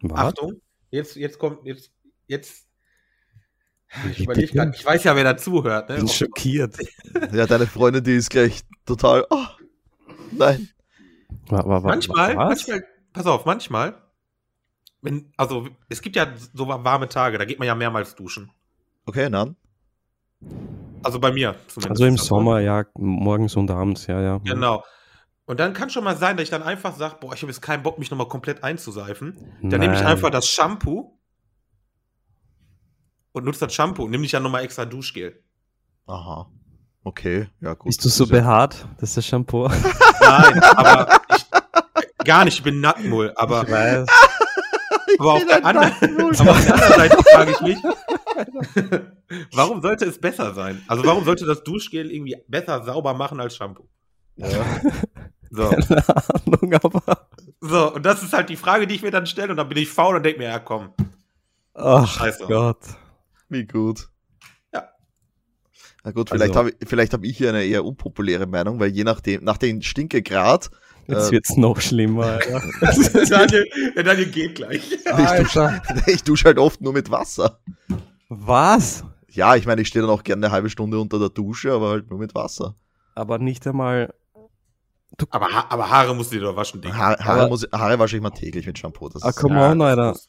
B: Was?
C: Achtung, jetzt, jetzt kommt, jetzt, jetzt. Ich
B: Wie
C: überlege
B: bitte?
C: gerade, ich weiß ja, wer da zuhört. Ne?
B: bin schockiert.
A: Ja, deine Freundin, die ist gleich total. Oh, nein.
B: Wa- wa- wa-
C: Manchmal,
B: was?
C: manchmal, pass auf, manchmal, wenn, also es gibt ja so warme Tage, da geht man ja mehrmals duschen.
A: Okay, nein.
C: Also bei mir zumindest.
B: Also im Sommer, ja, morgens und abends, ja, ja.
C: Genau. Und dann kann schon mal sein, dass ich dann einfach sage, boah, ich habe jetzt keinen Bock, mich nochmal komplett einzuseifen. Dann nehme ich
B: Nein.
C: einfach das Shampoo und nutze das Shampoo und nehme nicht dann nochmal extra Duschgel.
A: Aha. Okay, ja gut.
B: Bist du so
A: Das ist
B: behaart, dass das Shampoo?
C: Nein, aber ich, gar nicht, ich bin Nackenmull. Aber,
B: Ich weiß.
C: aber auf
A: bin
C: der
A: ein
C: anderen
A: Nackenmull.
C: aber auf der anderen Seite frage ich mich, warum sollte es besser sein? Also warum sollte das Duschgel irgendwie besser sauber machen als Shampoo? So.
B: Keine Ahnung, aber.
C: so, und das ist halt die Frage, die ich mir dann stelle und dann bin ich faul und denke mir, ja komm.
B: Ach
C: Scheiße.
B: Gott.
A: Wie gut.
C: Ja.
A: Na gut,
B: Also-
A: vielleicht habe ich, vielleicht habe ich hier eine eher unpopuläre Meinung, weil je nachdem, nach dem Stinkegrad
B: Jetzt
A: Äh,
B: wird's noch schlimmer. Ja.
C: Daniel, der Daniel geht gleich.
A: ich dusche, ich dusche halt oft nur mit Wasser.
B: Was?
A: Ja, ich meine, ich stehe dann auch gerne eine halbe Stunde unter der Dusche, aber halt nur mit Wasser.
B: Aber nicht einmal.
C: Aber, Ha- aber Haare musst du dir doch waschen, Digga.
A: Ha Haare,
B: Aber-
A: muss, ich- Haare wasche ich mal täglich mit Shampoo. Das
B: Ah,
A: ist-
B: komm
C: Ja,
B: on,
C: das
B: Alter.
C: muss-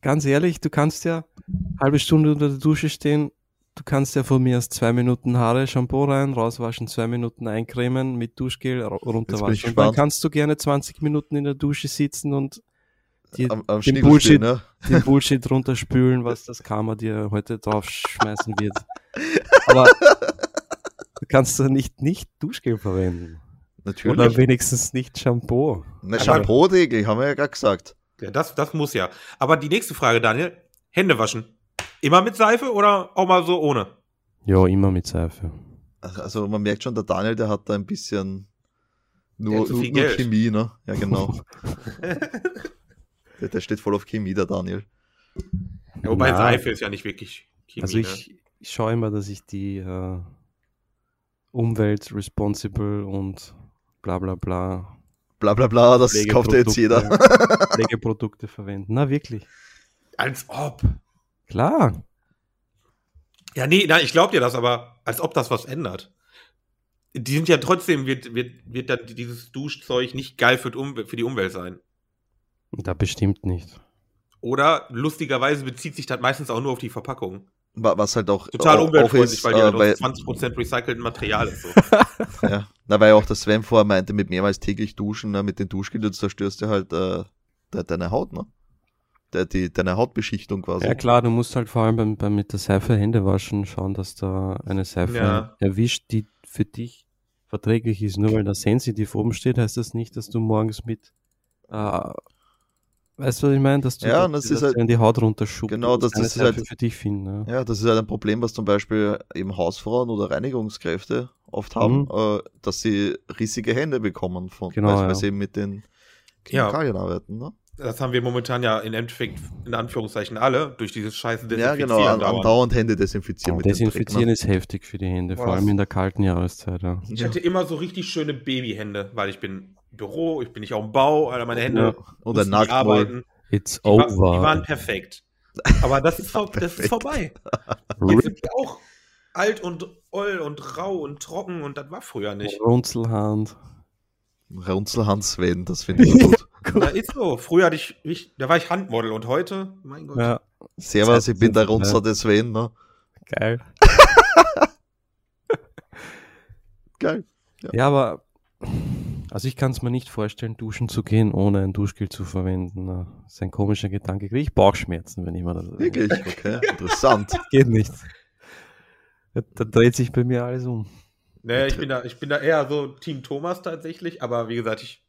B: Ganz ehrlich, du kannst ja eine halbe Stunde unter der Dusche stehen. Du kannst ja von mir aus zwei Minuten Haare, Shampoo rein, rauswaschen, zwei Minuten eincremen, mit Duschgel ra- runterwaschen. Und dann
A: gespannt.
B: kannst du gerne 20 Minuten in der Dusche sitzen und die,
A: am, am
B: den
A: Schniedel
B: Bullshit,
A: stehen, ne?
B: den Bullshit runterspülen, was das Karma dir heute draufschmeißen wird. Aber du kannst ja nicht, nicht Duschgel verwenden. Oder
C: Genau.
A: Natürlich.
B: wenigstens nicht Shampoo.
A: Ne,
C: Aber-
A: Shampoo täglich, haben wir ja gerade gesagt.
C: Ja, das, das muss ja. Aber die nächste Frage, Daniel. Hände waschen. Immer mit Seife oder auch mal so ohne?
B: Ja, immer mit Seife.
A: Also- Also man merkt schon, der Daniel, der hat da ein bisschen
C: Der
A: nur,
C: hat zu
A: nur,
C: viel
A: nur
C: Geld.
A: Chemie, ne? Ja, genau. der, der steht voll auf Chemie, der Daniel.
C: Ja, wobei
B: Na,
C: Seife ist ja nicht wirklich Chemie.
B: Also
C: ne?
B: ich, ich schaue immer, dass ich die äh, Umwelt responsible und bla bla bla
A: Bla bla bla, das kauft ja jetzt jeder.
B: Pflegeprodukte verwende. Na wirklich.
C: Als ob.
B: Klar.
C: Ja, nee, nein, ich glaub dir das, aber als ob das was ändert. Die sind ja trotzdem, wird, wird, wird dann dieses Duschzeug nicht geil für die, um für die Umwelt sein.
B: Da bestimmt nicht.
C: Oder lustigerweise bezieht sich das meistens auch nur auf die Verpackung.
A: Wa- Was halt auch,
C: Total
A: auch, auch
C: umweltfreundlich,
A: ist,
C: weil die
A: äh,
C: halt
A: weil,
C: aus 20% recyceltem Material ist. So.
A: ja, na, weil auch der Sven vorher meinte, mit mehrmals täglich duschen, ne, mit den Duschgel, zerstörst du halt äh, de deine Haut, ne? De die, deine Hautbeschichtung quasi.
B: ja klar, du musst halt vor allem beim, beim mit der Seife Hände waschen, schauen, dass da eine Seife
C: Ja.
B: erwischt, die für dich verträglich ist. Nur weil da sensitiv oben steht, heißt das nicht, dass du morgens mit äh, Weißt du, was ich meine? Dass du
A: Ja,
B: da-
A: und das
B: dass
A: ist halt-
B: du in die Haut runterschubst.
A: Genau, das- das ist halt-
B: für dich finden. Ja.
A: Ja, das ist halt ein Problem, was zum Beispiel eben Hausfrauen oder Reinigungskräfte oft haben,
B: Mhm.
A: äh, dass sie rissige Hände bekommen, von,
B: Genau,
A: weil,
B: ja.
A: weil sie eben mit den
C: Ja.
A: Chemikalien arbeiten. Ne?
C: Das haben wir momentan ja im Endeffekt, in Anführungszeichen, alle, durch dieses scheiße
A: Ja, genau, an,
C: dauernd.
A: andauernd Hände desinfizieren mit
B: Desinfizieren
A: dem ne?
B: ist heftig für die Hände, vor
C: Boah,
B: allem
C: das-
B: in der kalten Jahreszeit. Ja.
A: Dreck, ne?
C: Ich hatte immer so richtig schöne Babyhände, weil ich bin im Büro, ich bin nicht auf dem Bau, Alter, meine Hände
A: ja. Oder
C: mussten nicht
A: Nacktmull.
C: arbeiten.
B: It's
C: Die, war, die
B: over.
C: waren perfekt. Aber das ist, vor, das
A: Perfekt.
C: ist vorbei. Jetzt
B: Rip,
C: sind die auch alt und oll und rau und trocken und das war früher nicht.
B: Runzelhand.
A: Runzelhand Sven, das finde ich gut.
C: Da ist so. Früher hatte ich, ich, da war ich Handmodel und heute, mein Gott.
B: Ja,
A: Servus, ich bin der Runzler des Sven, ne?
B: geil.
A: Geil.
B: Ja, aber also ich kann es mir nicht vorstellen, duschen zu gehen, ohne ein Duschgel zu verwenden. ne. Das ist ein komischer Gedanke. Kriege ich Bauchschmerzen, wenn ich mir das
A: Wirklich, okay. Interessant.
B: Geht nicht. Da, da dreht sich bei mir alles um.
C: Nee, ich bin, da, ich bin da eher so Team Thomas tatsächlich, aber wie gesagt, ich.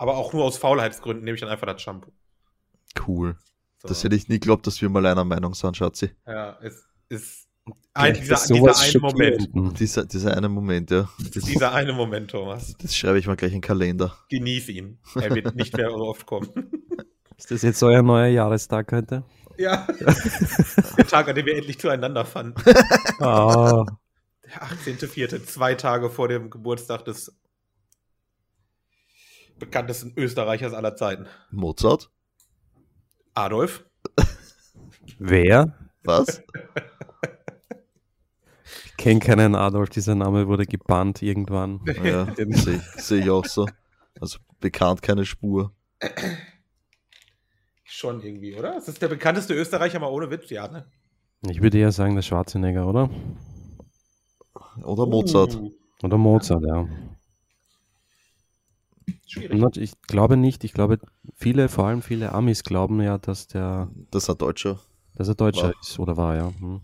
C: Aber auch nur aus Faulheitsgründen nehme ich dann einfach das Shampoo.
A: Cool.
C: So.
A: Das hätte ich nie geglaubt, dass wir mal einer Meinung sind, Schatzi.
C: Ja, es ist ein,
B: Vielleicht
C: dieser,
B: ist
C: dieser
B: sowas
C: eine Moment.
B: schockierend.
A: Dieser, dieser eine Moment, ja. Das,
C: Dieser eine Moment, Thomas.
A: das schreibe ich mal gleich in den Kalender.
C: Genieß ihn. Er wird nicht mehr so oft kommen.
B: Ist das jetzt euer neuer Jahrestag heute?
C: Ja. Der Tag, an dem wir endlich zueinander fanden.
B: Ah,
C: Der 18.04., zwei Tage vor dem Geburtstag des bekanntesten Österreichers aller Zeiten.
A: Mozart?
C: Adolf.
B: wer?
A: Was?
B: Ich kenne keinen Adolf, dieser Name wurde gebannt irgendwann.
A: Ja,
C: Genau.
A: sehe ich, seh ich auch so. Also bekannt keine Spur.
C: Schon irgendwie, oder? Das ist der bekannteste Österreicher, mal ohne Witz, ja, ne?
B: Ich würde eher sagen, der Schwarzenegger, oder?
A: Oder Mozart.
C: Uh,
B: Oder Mozart, ja.
C: schwierig.
B: Na, Ich glaube nicht. Ich glaube, viele, vor allem viele Amis glauben ja, dass der,
A: Das ist ein Deutscher.
B: dass er Deutscher
A: War.
B: ist oder war, ja. Hm.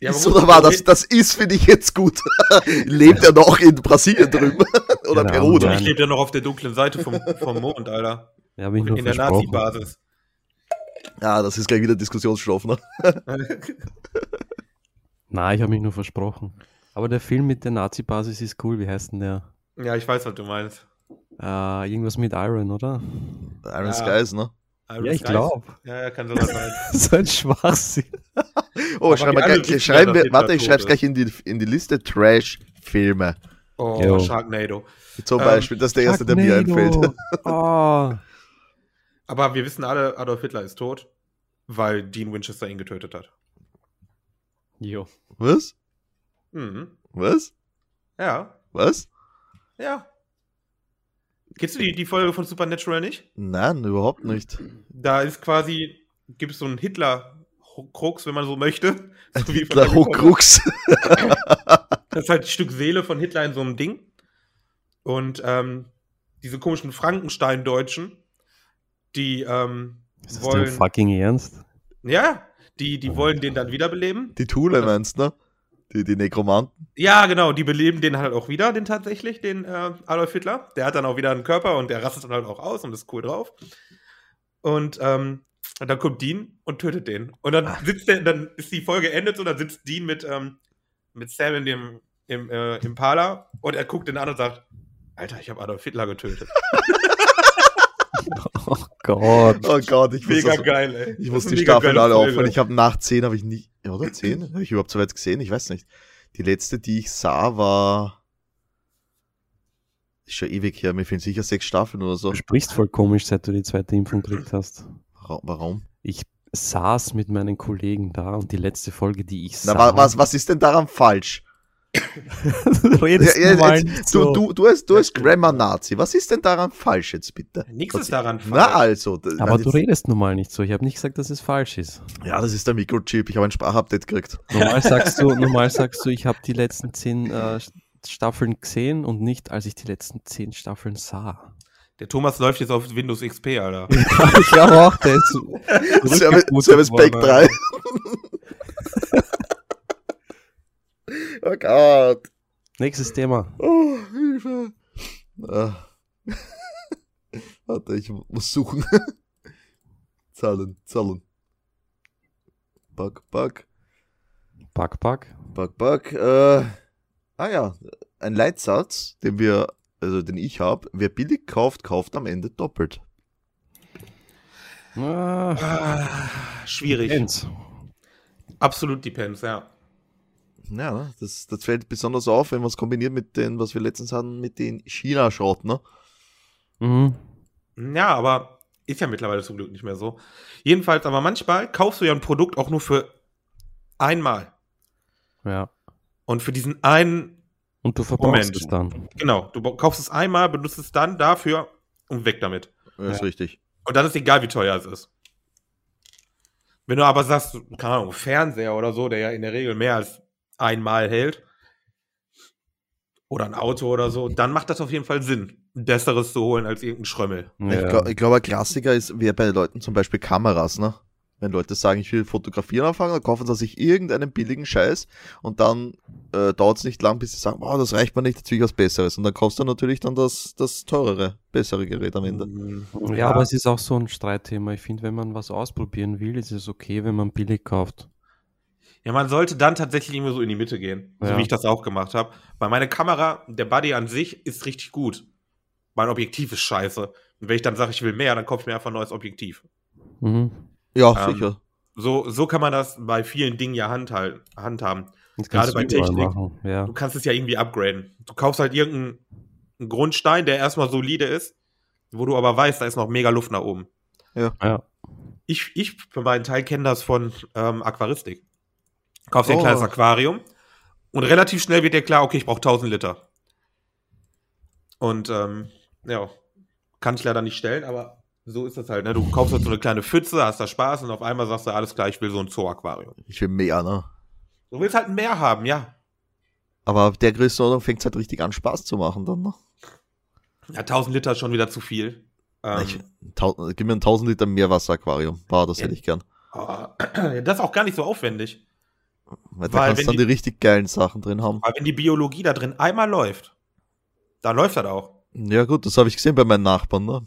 C: Ja, aber eh
A: ist
C: gut,
A: oder war das?
C: ich-
A: Das ist, finde ich jetzt gut. Lebt er noch in Brasilien drüben? Oder
B: Keine
A: Peru?
B: Ahnung,
A: oder?
C: Ich lebe ja noch auf der dunklen Seite vom, vom Mond, Alter.
B: Ja, hab ich nur
C: In der
B: versprochen.
C: Nazi-Basis.
A: Ja, das ist gleich wieder Diskussionsstoff. Ne?
B: Nein, ich habe mich nur versprochen. Aber der Film mit der Nazi-Basis ist cool. Wie heißt denn der?
C: Ja, ich weiß, was du meinst.
B: Äh, irgendwas mit Iron, oder?
A: Iron
C: Ja.
A: Skies, ne?
C: Iron
B: ja, ich
C: Skies.
B: glaube.
C: Ja, ja, kann sowas sein.
B: so ein Schwachsinn.
A: Oh,
C: Aber
A: schreiben
C: die
A: wir
C: anderen
A: gleich,
C: wissen ja,
A: schreiben
C: dass
A: wir,
C: Hitler
A: warte, ich
C: tot
A: schreibe
C: ist.
A: gleich in die, in die Liste Trash-Filme.
C: Oh,
B: Jo.
C: Sharknado.
A: Zum
C: Ähm,
A: Beispiel, das ist der erste, der mir einfällt.
B: Oh,
C: Aber wir wissen alle, Adolf Hitler ist tot, weil Dean Winchester ihn getötet hat.
B: jo.
A: Was?
C: Mhm.
A: Was?
C: Ja,
A: Was?
C: ja. Kennst du die, die Folge von Supernatural nicht?
A: Nein, überhaupt nicht.
C: Da ist quasi, gibt es so einen Hitler-Krux, wenn man so möchte. So wie von
A: Der
C: Harry Potter.
A: Horcrux.
C: Das ist halt ein Stück Seele von Hitler in so einem Ding. Und ähm, diese komischen Frankenstein-Deutschen, die ähm,
B: Ist das dein
C: wollen.
B: fucking Ernst?
C: Ja, die, die wollen den dann wiederbeleben.
A: Die Thule meinst du, ne? Die, die Nekromanten.
C: Ja, genau, die beleben den halt auch wieder, den tatsächlich, den äh, Adolf Hitler. Der hat dann auch wieder einen Körper und der rastet dann halt auch aus und ist cool drauf. Und, ähm, und dann kommt Dean und tötet den. Und dann sitzt der, dann ist die Folge endet und dann sitzt Dean mit, ähm, mit Sam in dem im, äh, Impala und er guckt den an und sagt, Alter, ich habe Adolf Hitler getötet.
B: Oh Gott.
A: Oh Gott, ich muss,
C: Mega
A: das,
C: geil, ey.
A: ich
C: Das
A: muss
C: ist
A: die
C: eine mega
A: Staffel
C: geile
A: alle
C: Folge.
A: aufhören. Ich habe nach 10 habe ich nie. ja, Oder 10? Habe ich überhaupt so weit gesehen? Ich weiß nicht. Die letzte, die ich sah, war. Ist schon ewig her. Mir fehlen sicher sechs Staffeln oder so.
B: Du sprichst voll komisch, seit du die zweite Impfung gekriegt hast.
A: Warum- Warum?
B: Ich saß mit meinen Kollegen da und die letzte Folge, die ich sah.
A: Na, wa- was, was ist denn daran falsch?
B: redest
A: Ja, ja,
B: du mal
A: jetzt-
B: nicht
A: Du,
B: so.
A: du, du als, du als Grammar-Nazi, was ist denn daran falsch jetzt bitte?
C: Nichts ist daran
A: Na
C: falsch.
A: also. d-
B: Aber
A: nein,
B: du
A: jetzt,
B: redest nun mal nicht so. Ich habe nicht gesagt, dass es falsch ist.
A: ja, das ist der Mikrochip. Ich habe ein Sprachupdate gekriegt.
B: Normal sagst du, normal sagst du ich habe die letzten zehn äh, Staffeln gesehen und nicht, als ich die letzten zehn Staffeln sah.
C: Der Thomas läuft jetzt auf Windows XP, Alter.
B: ich glaube auch, der ist
A: Service,
B: rückgeputet
A: Service Pack
B: worden.
A: 3. oh Gott.
B: Nächstes Thema.
A: Oh, Hilfe. Ah. Warte, ich muss suchen. Zahlen, Zahlen. Back, back,
B: Back, back.
A: back, back. Äh, ah ja, ein Leitsatz, den wir, also den ich habe. Wer billig kauft, kauft am Ende doppelt.
B: Ah,
C: Ah, schwierig.
B: Jens.
C: Absolut depends, ja.
A: Ja, ne? das, das fällt besonders auf, wenn man es kombiniert mit den, was wir letztens hatten, mit den China-Schrott, ne?
B: Mhm.
C: Ja, aber Ist ja mittlerweile zum Glück nicht mehr so. Jedenfalls, aber manchmal kaufst du ja ein Produkt auch nur für einmal.
B: Ja.
C: Und für diesen einen,
B: Und du verbrauchst
C: Moment.
B: es dann.
C: genau, du bau- kaufst es einmal, benutzt es dann dafür und weg damit.
A: Ja, ist richtig.
C: Und dann ist egal, wie teuer es ist. Wenn du aber sagst, keine Ahnung, Fernseher oder so, der ja in der Regel mehr als einmal hält, oder ein Auto oder so, dann macht das auf jeden Fall Sinn, ein besseres zu holen als irgendein Schrömmel.
A: Ich glaube, glaub, ein Klassiker ist, wäre bei Leuten zum Beispiel Kameras, ne? Wenn Leute sagen, ich will fotografieren anfangen, dann kaufen sie sich irgendeinen billigen Scheiß und dann äh, dauert es nicht lang, bis sie sagen, wow, das reicht mir nicht, jetzt will ich was Besseres. Und dann kostet natürlich dann das, das teurere, bessere Gerät am Ende.
B: Ja,
C: Ja.
B: aber es ist auch so ein Streitthema. Ich finde, wenn man was ausprobieren will, ist es okay, wenn man billig kauft.
C: Ja, man sollte dann tatsächlich immer so in die Mitte gehen, so
B: Ja.
C: wie ich das auch gemacht habe. Weil meine Kamera, der Buddy an sich, ist richtig gut. Mein Objektiv ist scheiße. Und wenn ich dann sage, ich will mehr, dann kaufe ich mir einfach ein neues Objektiv.
B: Mhm.
A: Ja,
C: Ähm,
A: sicher.
C: So, so kann man das bei vielen Dingen ja handhalten, handhaben.
B: Das
C: Gerade
B: kannst
C: bei
B: du überall
C: Technik.
B: Machen. Ja.
C: Du kannst es ja irgendwie upgraden. Du kaufst halt irgendeinen einen Grundstein, der erstmal solide ist, wo du aber weißt, da ist noch mega Luft nach oben.
B: Ja.
C: Ich, ich für meinen Teil kenne das von ähm, Aquaristik. Kaufst dir ein
A: Oh.
C: kleines Aquarium und relativ schnell wird dir klar, okay, ich brauche 1000 Liter. Und ähm, ja, kann ich leider nicht stellen, aber so ist das halt. Ne? Du kaufst halt so eine kleine Pfütze, hast da Spaß und auf einmal sagst du, alles klar, ich will so ein Zoo-Aquarium.
A: Ich will mehr, ne?
C: Du willst halt ein Meer haben, ja.
A: Aber ab der Größenordnung fängt es halt richtig an, Spaß zu machen dann, ne?
C: Ja, 1000 Liter ist schon wieder zu viel. Ähm,
A: Ich, tausend, gib mir ein 1000 Liter Meerwasseraquarium. Wow, das
C: Ja.
A: hätte ich gern.
C: Oh, das ist auch gar nicht so aufwendig.
A: Weil da
C: Weil
A: kannst
C: wenn
A: du dann
C: die-
A: die, richtig geilen Sachen drin haben.
C: Aber wenn die Biologie da drin einmal läuft, dann läuft das auch.
A: Ja gut, das habe ich gesehen bei meinen Nachbarn, ne?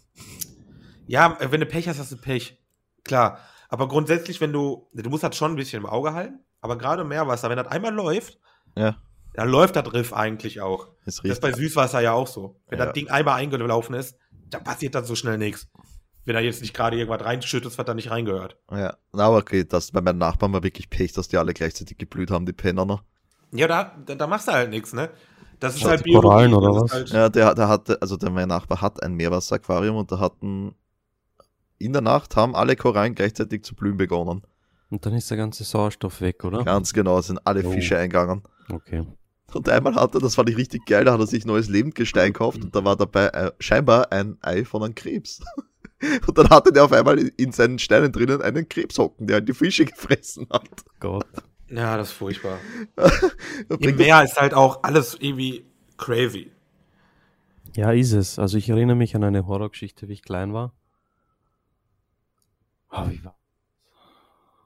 C: Ja, äh, wenn du Pech hast, hast du Pech. Klar. Aber grundsätzlich, wenn du, du musst das schon ein bisschen im Auge halten, aber gerade Meerwasser, wenn das einmal läuft,
A: Ja.
C: dann läuft das Riff eigentlich auch.
A: Ist
C: Das ist bei
A: richtig.
C: Süßwasser ja auch so. Wenn
A: Ja.
C: das Ding einmal eingelaufen ist, dann passiert das so schnell nichts. Wenn da jetzt nicht gerade irgendwas reinschüttest, was da nicht reingehört.
A: Ja. Na, aber okay, das bei meinen Nachbarn war wirklich Pech, dass die alle gleichzeitig geblüht haben, die Penner, ne?
C: Ja, da, da, da machst du halt nichts, ne? Das ist
B: Schaut
C: halt
B: die Korallen
C: Biologie,
B: oder
C: das
B: was?
C: ist Halt,
A: Ja, der, der hatte, also der, mein Nachbar hat ein Meerwasseraquarium und da hatten in der Nacht haben alle Korallen gleichzeitig zu blühen begonnen.
B: Und dann ist der ganze Sauerstoff weg, oder?
A: Ganz genau, es sind alle
B: Oh.
A: Fische eingegangen.
B: Okay.
A: Und einmal hat er, das fand ich richtig geil, da hat er sich neues Lebendgestein gekauft und da war dabei äh, scheinbar ein Ei von einem Krebs. Und dann hatte der auf einmal in- in seinen Steinen drinnen einen Krebs hocken, der halt die Fische gefressen hat.
B: Gott.
C: ja, das ist furchtbar.
A: Er
C: Im
A: bringt das-
C: Meer ist halt auch alles irgendwie crazy.
B: Ja, ist es. Also ich erinnere mich an eine Horrorgeschichte, wie ich klein war. Ah, wie war-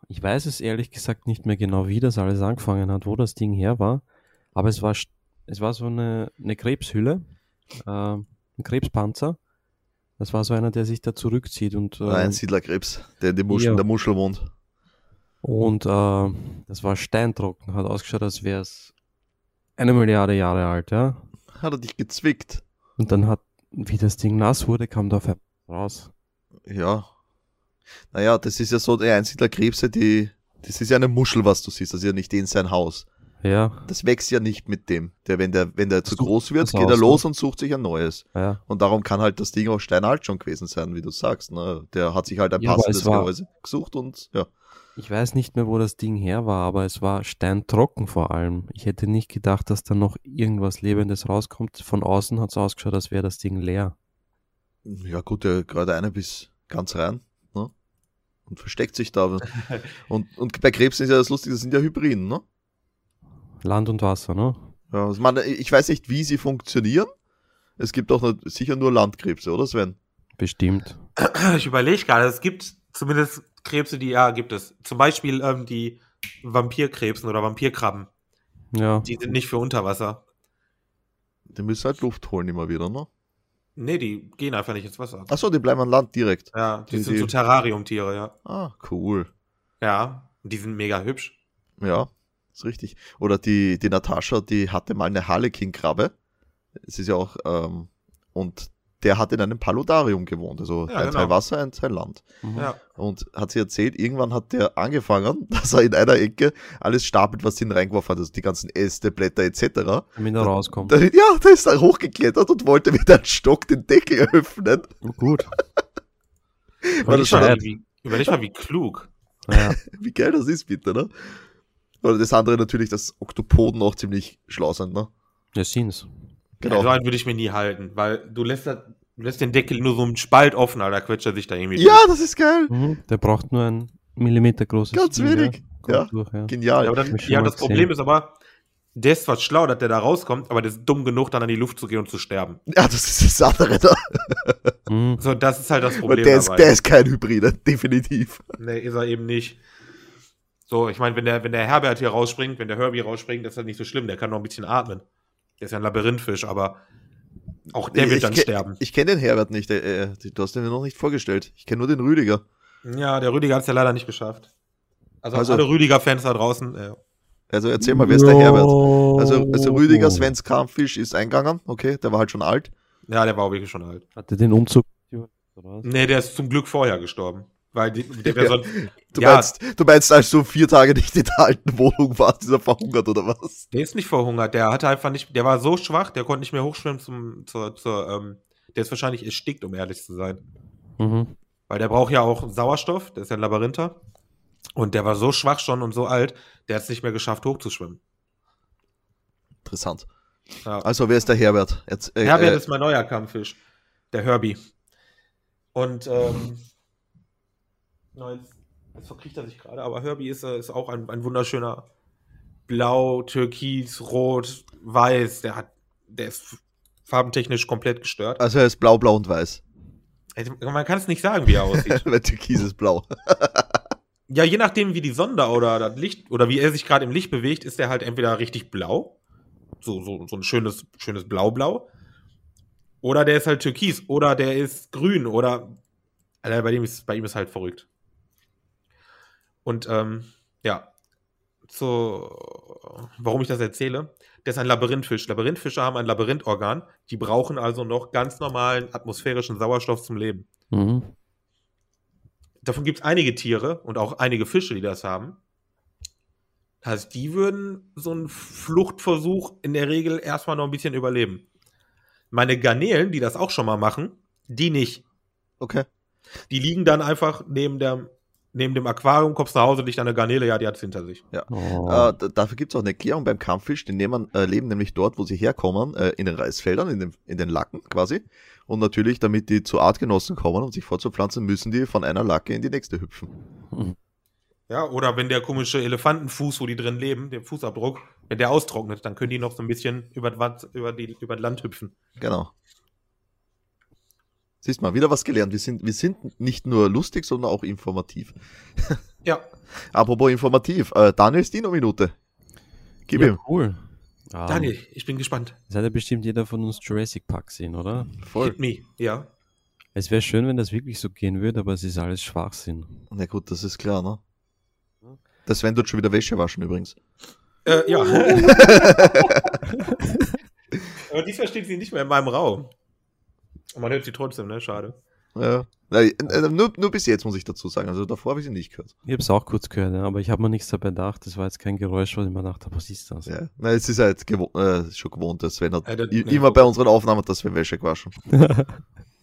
B: Ich weiß es ehrlich gesagt nicht mehr genau, wie das alles angefangen hat, wo das Ding her war. Aber es war, st- es war so eine, eine Krebshülle, äh, ein Krebspanzer. Das war so einer, der sich da zurückzieht und
A: Ein
B: äh,
A: Einsiedlerkrebs, der in die Muschel,
B: Ja.
A: der Muschel wohnt.
B: Und äh, das war steintrocken, hat ausgeschaut, als wäre es eine Milliarde Jahre alt, ja.
A: Hat er dich gezwickt?
B: Und dann hat, wie das Ding nass wurde, kam da auf einmal raus.
A: Ja. Naja, das ist ja so, die Einsiedlerkrebse, die, das ist ja eine Muschel, was du siehst, das ist ja nicht in sein Haus.
B: Ja,
A: Das wächst ja nicht mit dem. Der, wenn der, wenn der zu
B: Sucht
A: groß wird,
B: das
A: geht er
B: Haus, ne?
A: los und sucht sich ein neues.
B: ja.
A: Und darum kann halt das Ding auch steinalt schon gewesen sein, wie du sagst. Ne? Der hat sich halt ein
B: Ja, aber
A: passendes
B: es war-
A: Gehäuse gesucht und ja.
B: Ich weiß nicht mehr, wo das Ding her war, aber es war steintrocken vor allem. Ich hätte nicht gedacht, dass da noch irgendwas Lebendes rauskommt. Von außen hat es ausgeschaut, als wäre das Ding leer.
A: Ja gut, der gerade einer bis ganz rein ne? und versteckt sich da. und, und bei Krebsen ist ja das Lustige, das sind ja Hybriden. Ne?
B: Land und Wasser, ne?
A: Ja, also man, ich weiß nicht, wie sie funktionieren. Es gibt auch nicht, sicher nur Landkrebse, oder Sven?
B: Bestimmt.
C: Ich überlege gerade, es gibt zumindest Krebse, die ja gibt es. Zum Beispiel ähm, die Vampirkrebsen oder Vampirkrabben.
B: Ja.
C: Die sind nicht für Unterwasser.
A: Die müssen halt Luft holen immer wieder. Ne?
C: Nee, die gehen einfach nicht ins Wasser.
A: Achso, die bleiben an Land direkt.
C: Ja, die,
A: Die-
C: sind
A: die-
C: so Terrariumtiere, ja.
A: Ah, cool.
C: Ja, die sind mega hübsch.
A: Ja, ist richtig. Oder die, die Natascha, die hatte mal eine Harlekin-Krabbe. Es ist ja auch, ähm, und der hat in einem Paludarium gewohnt. Also
C: Ja,
A: ein
C: genau.
A: Teil Wasser, ein Teil Land.
B: Mhm.
C: Ja.
A: Und hat sie erzählt, irgendwann hat der angefangen, dass er in einer Ecke alles stapelt, was sie hineingeworfen hat. Also die ganzen Äste, Blätter etc.
B: Damit er rauskommt.
A: Da, ja, da ist er hochgeklettert und wollte mit einem Stock den Deckel öffnen.
B: Gut.
A: War
C: Überleg
A: das
C: mal,
B: Bescheid.
C: wie, überleg mal, wie klug.
B: Ja,
A: Wie geil das ist, bitte, ne? Oder das andere natürlich, dass Oktopoden auch ziemlich schlau sind, ne?
B: ja sind's.
A: Genau.
C: Ja, so einen würde ich mir nie halten, weil du lässt, das, du lässt den Deckel nur so einen Spalt offen, Alter, quetscht er sich da irgendwie.
A: Ja, das ist geil.
B: Mhm. Der braucht nur ein Millimeter großes.
A: Ganz
B: Ding,
A: wenig.
B: Ja.
A: Ja.
B: Kommt Durch, ja.
A: Genial.
C: Ja, aber dann,
B: Hab ich schon
C: ja
B: mal
C: das
B: gesehen.
C: Problem ist aber, der ist zwar schlau, dass der da rauskommt, aber der ist dumm genug, dann in die Luft zu gehen und zu sterben.
A: Ja, das ist das andere da.
B: Mhm.
C: So, das ist halt das
A: Weil
C: Problem.
A: der ist,
C: dabei.
A: der ist kein Hybrider, definitiv.
C: Nee, ist er eben nicht. So, ich meine, wenn der, wenn der Herbert hier rausspringt, wenn der Herbie rausspringt, das ist das nicht so schlimm, der kann noch ein bisschen atmen. Der ist ja ein Labyrinthfisch, aber auch der
A: Ich-
C: wird
A: ich
C: dann
A: ke-
C: sterben.
A: Ich kenne den Herbert nicht, äh, äh, du hast den mir noch nicht vorgestellt. Ich kenne nur den Rüdiger.
C: Ja, der Rüdiger hat es ja leider nicht geschafft. Also,
A: Also-
C: alle Rüdiger-Fans da draußen, äh,
A: Also erzähl mal, wer ist der
B: No.
A: Herbert? Also, also Rüdiger Svens Kampfisch ist eingegangen, okay, der war halt schon alt.
C: ja, der war auch wirklich schon alt.
B: Hat er den Umzug? Mhm.
C: Nee, der ist zum Glück vorher gestorben. Weil die, der wäre
A: Ja.
C: sonst.
A: Du,
C: Ja.
A: meinst, du meinst, als du vier Tage nicht in der alten Wohnung warst, ist er verhungert oder was?
C: Der ist nicht verhungert. Der hatte einfach nicht. Der war so schwach, der konnte nicht mehr hochschwimmen zum. Zur, zur, ähm, der ist wahrscheinlich erstickt, um ehrlich zu sein.
B: Mhm.
C: Weil der braucht ja auch Sauerstoff. Der ist ja ein Labyrinther. Und der war so schwach schon und so alt, der hat es nicht mehr geschafft, hochzuschwimmen.
A: Interessant.
C: Ja.
A: Also, wer ist der Herbert? Jetzt, äh,
C: Herbert
A: äh,
C: ist mein neuer Kampffisch. Der Herbie. Und. Ähm, na, jetzt, jetzt verkriegt er sich gerade. Aber Herbie ist, äh, ist auch ein, ein wunderschöner. Blau, Türkis, Rot, Weiß. Der hat. Der ist farbentechnisch komplett gestört.
A: also er ist blau, blau und weiß.
C: Also, Man kann es nicht sagen, wie er aussieht.
A: Weil Türkis ist blau.
C: ja, je nachdem, wie die Sonde oder das Licht oder wie er sich gerade im Licht bewegt, ist er halt entweder richtig blau, so, so, so ein schönes, schönes Blau-Blau, oder der ist halt türkis, oder der ist grün, oder. Alter, bei, dem ist, bei ihm ist halt verrückt. Und, ähm, ja. So, warum ich das erzähle, der ist ein Labyrinthfisch. Labyrinthfische haben ein Labyrinthorgan, die brauchen also noch ganz normalen atmosphärischen Sauerstoff zum Leben.
B: Mhm.
C: davon gibt es einige Tiere und auch einige Fische, die das haben. Das heißt, die würden so einen Fluchtversuch in der Regel erstmal noch ein bisschen überleben. Meine Garnelen, die das auch schon mal machen, die nicht.
A: Okay.
C: Die liegen dann einfach neben, der, neben dem Aquarium, kommst nach Hause, dich an eine Garnele, ja, die hat's hinter sich.
B: Oh.
A: Äh, d- dafür gibt es auch eine Erklärung beim Kampffisch. Die nehmen, äh, leben nämlich dort, wo sie herkommen, äh, in den Reisfeldern, in, dem, in den Lacken quasi. Und natürlich, damit die zu Artgenossen kommen, um sich fortzupflanzen, müssen die von einer Lacke in die nächste hüpfen.
C: Ja, oder wenn der komische Elefantenfuß, wo die drin leben, der Fußabdruck, wenn der austrocknet, dann können die noch so ein bisschen über, das Wat- über, die, über das Land hüpfen.
A: Genau. Siehst mal, wieder was gelernt. Wir sind, wir sind nicht nur lustig, sondern auch informativ.
C: Ja,
A: Apropos informativ, äh, Daniels Dino-Minute. Gib
B: ja,
A: ihm.
B: cool. Ah,
C: Daniel, ich bin gespannt.
B: Jetzt hat ja bestimmt jeder von uns Jurassic Park sehen, oder?
A: Voll.
C: Hit me, ja.
B: Es wäre schön, wenn das wirklich so gehen würde, aber es ist alles Schwachsinn.
A: Na gut, das ist klar, ne? Das Sven tut schon wieder Wäsche waschen übrigens.
C: Äh, ja. Aber diesmal steht sie nicht mehr in meinem Raum. Und man hört sie trotzdem, ne? Schade.
A: Ja. Nein, äh, nur, nur bis jetzt muss ich dazu sagen. Also davor habe ich sie nicht gehört.
B: Ich habe es auch kurz gehört, ja, aber ich habe mir nichts dabei gedacht. Das war jetzt kein Geräusch, wo ich mir gedacht habe, was ist das?
A: Ja. Na, es ist halt gewo äh, schon gewohnt, dass Sven hat
C: Äh, das-
A: i-
C: nee.
A: immer bei unseren Aufnahmen, dass wir Wäsche gewaschen.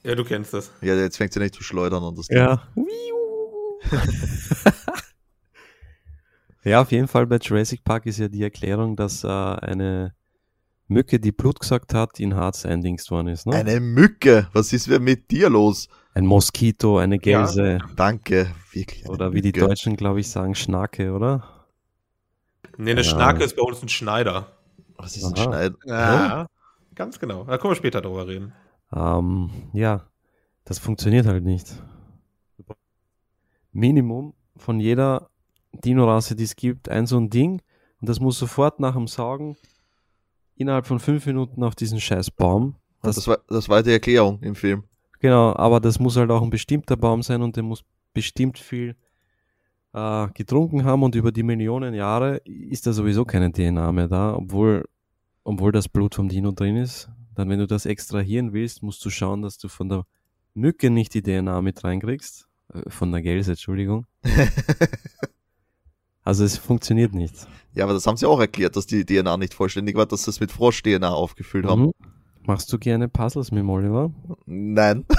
C: Ja, du kennst das.
A: Ja, jetzt fängt sie nicht zu schleudern und das
B: Ja. ja, auf jeden Fall bei Jurassic Park ist ja die Erklärung, dass äh, eine Mücke, die Blut gesagt hat, in Harz eindingst worden ist. Ne?
A: Eine Mücke, was ist denn mit dir los?
B: Ein Moskito, eine Gelse
A: Danke, wirklich. eine
B: oder wie die
A: Mücke.
B: Deutschen, glaube ich, sagen, Schnake, oder?
C: Nee, eine
B: Ja.
C: Schnake ist bei uns ein Schneider.
A: Was ist ein
B: Aha.
A: Schneid? Hä?
C: Ganz genau. Da können wir später drüber reden.
B: Ähm, ja, das funktioniert halt nicht. Minimum von jeder Dinorasse, die es gibt, ein so ein Ding und das muss sofort nach dem Saugen innerhalb von fünf Minuten auf diesen Scheißbaum.
A: Das,
B: Das,
A: war, das war die Erklärung im Film.
B: genau, aber das muss halt auch ein bestimmter Baum sein und der muss bestimmt viel äh, getrunken haben und über die Millionen Jahre ist da sowieso keine DNA mehr da, obwohl, obwohl das Blut vom Dino drin ist. Dann, wenn du das extrahieren willst, musst du schauen, dass du von der Mücke nicht die DNA mit reinkriegst. Äh, Von der Gelse, Entschuldigung. also es funktioniert nicht.
A: Ja, aber das haben sie auch erklärt, dass die DNA nicht vollständig war, dass sie es mit Frosch-DNA aufgefüllt haben.
B: Mhm. Machst du gerne Puzzles mit dem Oliver?
A: Nein.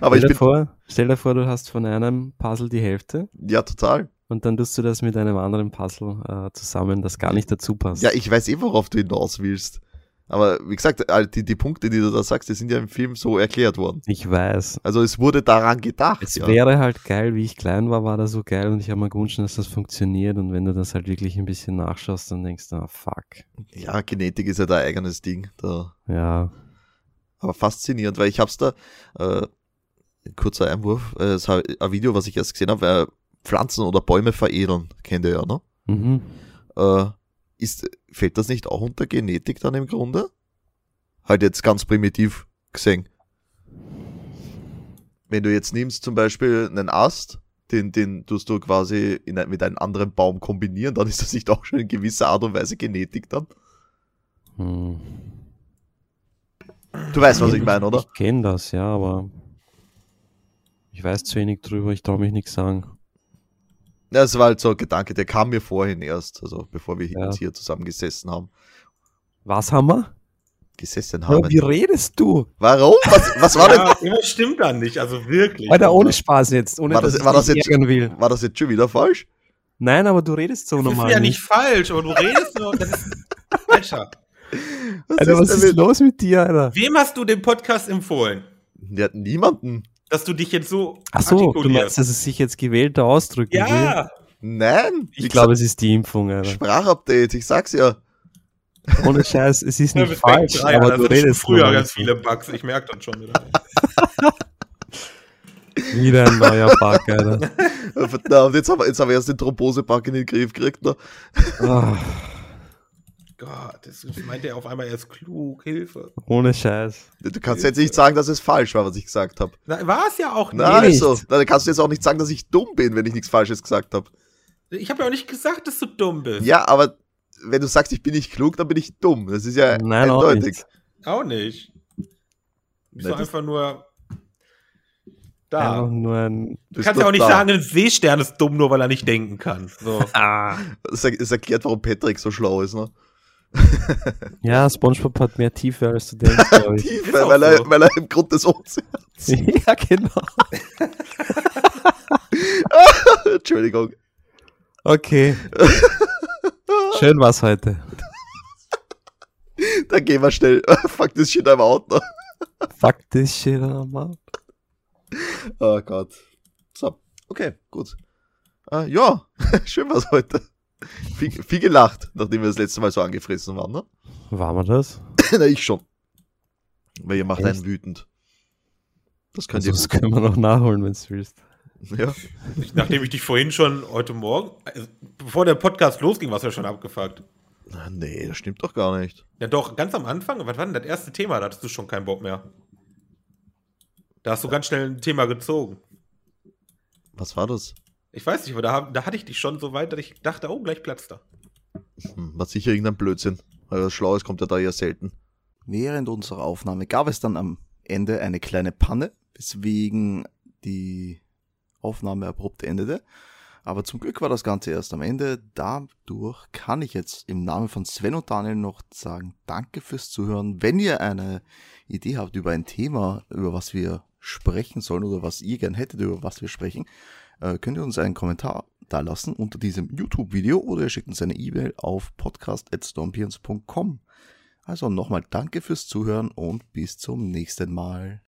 A: Aber
B: stell,
A: ich
B: dir
A: bin.
B: vor, stell dir vor, du hast von einem Puzzle die Hälfte
A: Ja, total.
B: und dann tust du das mit einem anderen Puzzle äh, zusammen, das gar nicht dazu passt.
A: Ja, ich weiß eh, worauf du hinaus willst. Aber wie gesagt, all die, die Punkte, die du da sagst, die sind ja im Film so erklärt worden.
B: ich weiß.
A: Also es wurde daran gedacht.
B: Es
A: ja.
B: wäre halt geil, wie ich klein war, war das so geil und ich habe mir gewünscht, dass das funktioniert und wenn du das halt wirklich ein bisschen nachschaust, dann denkst du, ah, fuck.
A: ja, Genetik ist ja dein eigenes Ding. Da
B: Ja,
A: Aber faszinierend, weil ich hab's da, äh, kurzer Einwurf, äh, es war ein Video, was ich erst gesehen habe, äh, Pflanzen oder Bäume veredeln, kennt ihr ja, ne?
B: mhm.
A: Äh, ist, fällt das nicht auch unter Genetik dann im Grunde? Halt jetzt ganz primitiv gesehen. Wenn du jetzt nimmst zum Beispiel einen Ast, den, den tust du quasi in ein, mit einem anderen Baum kombinieren, dann ist das nicht auch schon in gewisser Art und Weise Genetik dann?
B: Hm.
A: Du weißt, was ich meine, oder?
B: Ich kenne das, ja, aber ich weiß zu wenig drüber, ich traue mich nichts sagen.
A: Ja, es war halt so ein Gedanke, der kam mir vorhin erst, also bevor wir
B: Ja.
A: jetzt hier zusammen gesessen haben.
B: Was haben wir?
A: Gesessen
B: Ja,
A: haben.
B: wie redest du?
A: Warum? Was, was war,
C: Ja, irgendwas stimmt da nicht, also wirklich.
B: Alter, ohne Spaß jetzt, ohne
A: War
B: dass
A: das-
B: ich
A: war das
B: dich
A: jetzt-
B: ärgern will.
A: denn, war das jetzt schon wieder falsch?
B: Nein, aber du redest so
C: das
B: normal.
C: ist ja nicht falsch, aber du redest nur. Das ist Alter,
A: Was
B: Alter, was
A: denn
B: ist
A: mit-
B: los mit dir, Alter?
C: wem hast du den Podcast empfohlen?
A: Ja, niemanden.
C: Dass du dich jetzt so
B: Ach so, du meinst, dass es sich jetzt gewählter ausdrücken will?
C: Ja,
A: Nein.
B: Ich
A: Wie
B: glaube, es ist die Impfung,
A: gesagt,
B: Alter.
A: Sprachupdate, ich sag's ja.
B: Ohne Scheiß, es ist
C: ja
B: nicht falsch, aber du redest
C: also früher
B: normal.
C: ganz viele Bugs, ich merke das schon wieder.
B: Wieder ein neuer Bug, Alter.
A: Verdammt, jetzt haben wir, jetzt haben wir erst den Thrombosepack in den Griff gekriegt. Ne?
B: Ah,
C: Gott, das meint er auf einmal, er ist klug, Hilfe.
B: ohne Scheiß.
A: Du kannst jetzt nicht sagen, dass es falsch war, was ich gesagt habe.
C: Na, war es ja auch
A: Na,
C: nicht.
B: nicht.
A: also, dann kannst du jetzt auch nicht sagen, dass ich dumm bin, wenn ich nichts Falsches gesagt habe.
C: Ich habe ja auch nicht gesagt, dass du dumm bist.
A: Ja, aber wenn du sagst, ich bin nicht klug, dann bin ich dumm. Das ist ja
B: Nein, auch
A: Äh, eindeutig.
B: nicht.
C: Auch nicht. Du bist
A: Na,
C: doch
A: das-
C: einfach nur da.
B: Einfach nur ein...
A: Du
C: du
A: bist
C: kannst ja
A: doch
C: auch nicht
A: da.
C: sagen, ein Seestern ist dumm, nur weil er nicht denken kann. So.
B: Ah.
A: Das, er- das erklärt, warum Patrick so schlau ist, ne?
B: Ja, Spongebob hat mehr Tiefe, als du denkst, glaube ich.
A: Tief,
C: Ist
A: weil,
C: auch
A: weil,
C: so.
A: er, weil er im Grund des Ozeans.
B: ja, genau.
A: Entschuldigung.
B: Okay. Schön war's heute.
A: Da gehen wir schnell. Fuck this shit, I'm out. Ne?
B: Fuck this shit, Mann.
A: Oh Gott. So. Okay, gut. Äh, ja, schön war's heute. Viel, viel gelacht, nachdem wir das letzte Mal so angefressen waren, ne?
B: War man das?
A: Na, ich schon. Weil ihr macht
B: Echt?
A: einen wütend. Das könnt
B: Also, das können wir noch nachholen, wenn du willst.
A: ihr. Ja.
C: Ich- Nachdem ich dich vorhin schon heute Morgen, also bevor der Podcast losging, warst du ja schon abgefuckt.
A: Na, nee, das stimmt doch gar nicht.
C: Ja doch, ganz am Anfang, was war denn das erste Thema? Da hattest du schon keinen Bock mehr. Da hast du ganz schnell ein Thema gezogen.
A: Was war das?
C: Ich weiß nicht, aber da, hab- da hatte ich dich schon so weit, dass ich dachte, oh, gleich platzt er.
A: Hm, war sicher irgendein Blödsinn. Weil was Schlaues kommt ja da ja selten.
D: Während unserer Aufnahme gab es dann am Ende eine kleine Panne, weswegen die Aufnahme abrupt endete. Aber zum Glück war das Ganze erst am Ende. Dadurch kann ich jetzt im Namen von Sven und Daniel noch sagen, danke fürs Zuhören. Wenn ihr eine Idee habt über ein Thema, über was wir sprechen sollen oder was ihr gern hättet, über was wir sprechen, äh, könnt ihr uns einen Kommentar da lassen unter diesem YouTube-Video oder ihr schickt uns eine E-Mail auf podcast.stormpions.com. Also nochmal danke fürs Zuhören und bis zum nächsten Mal.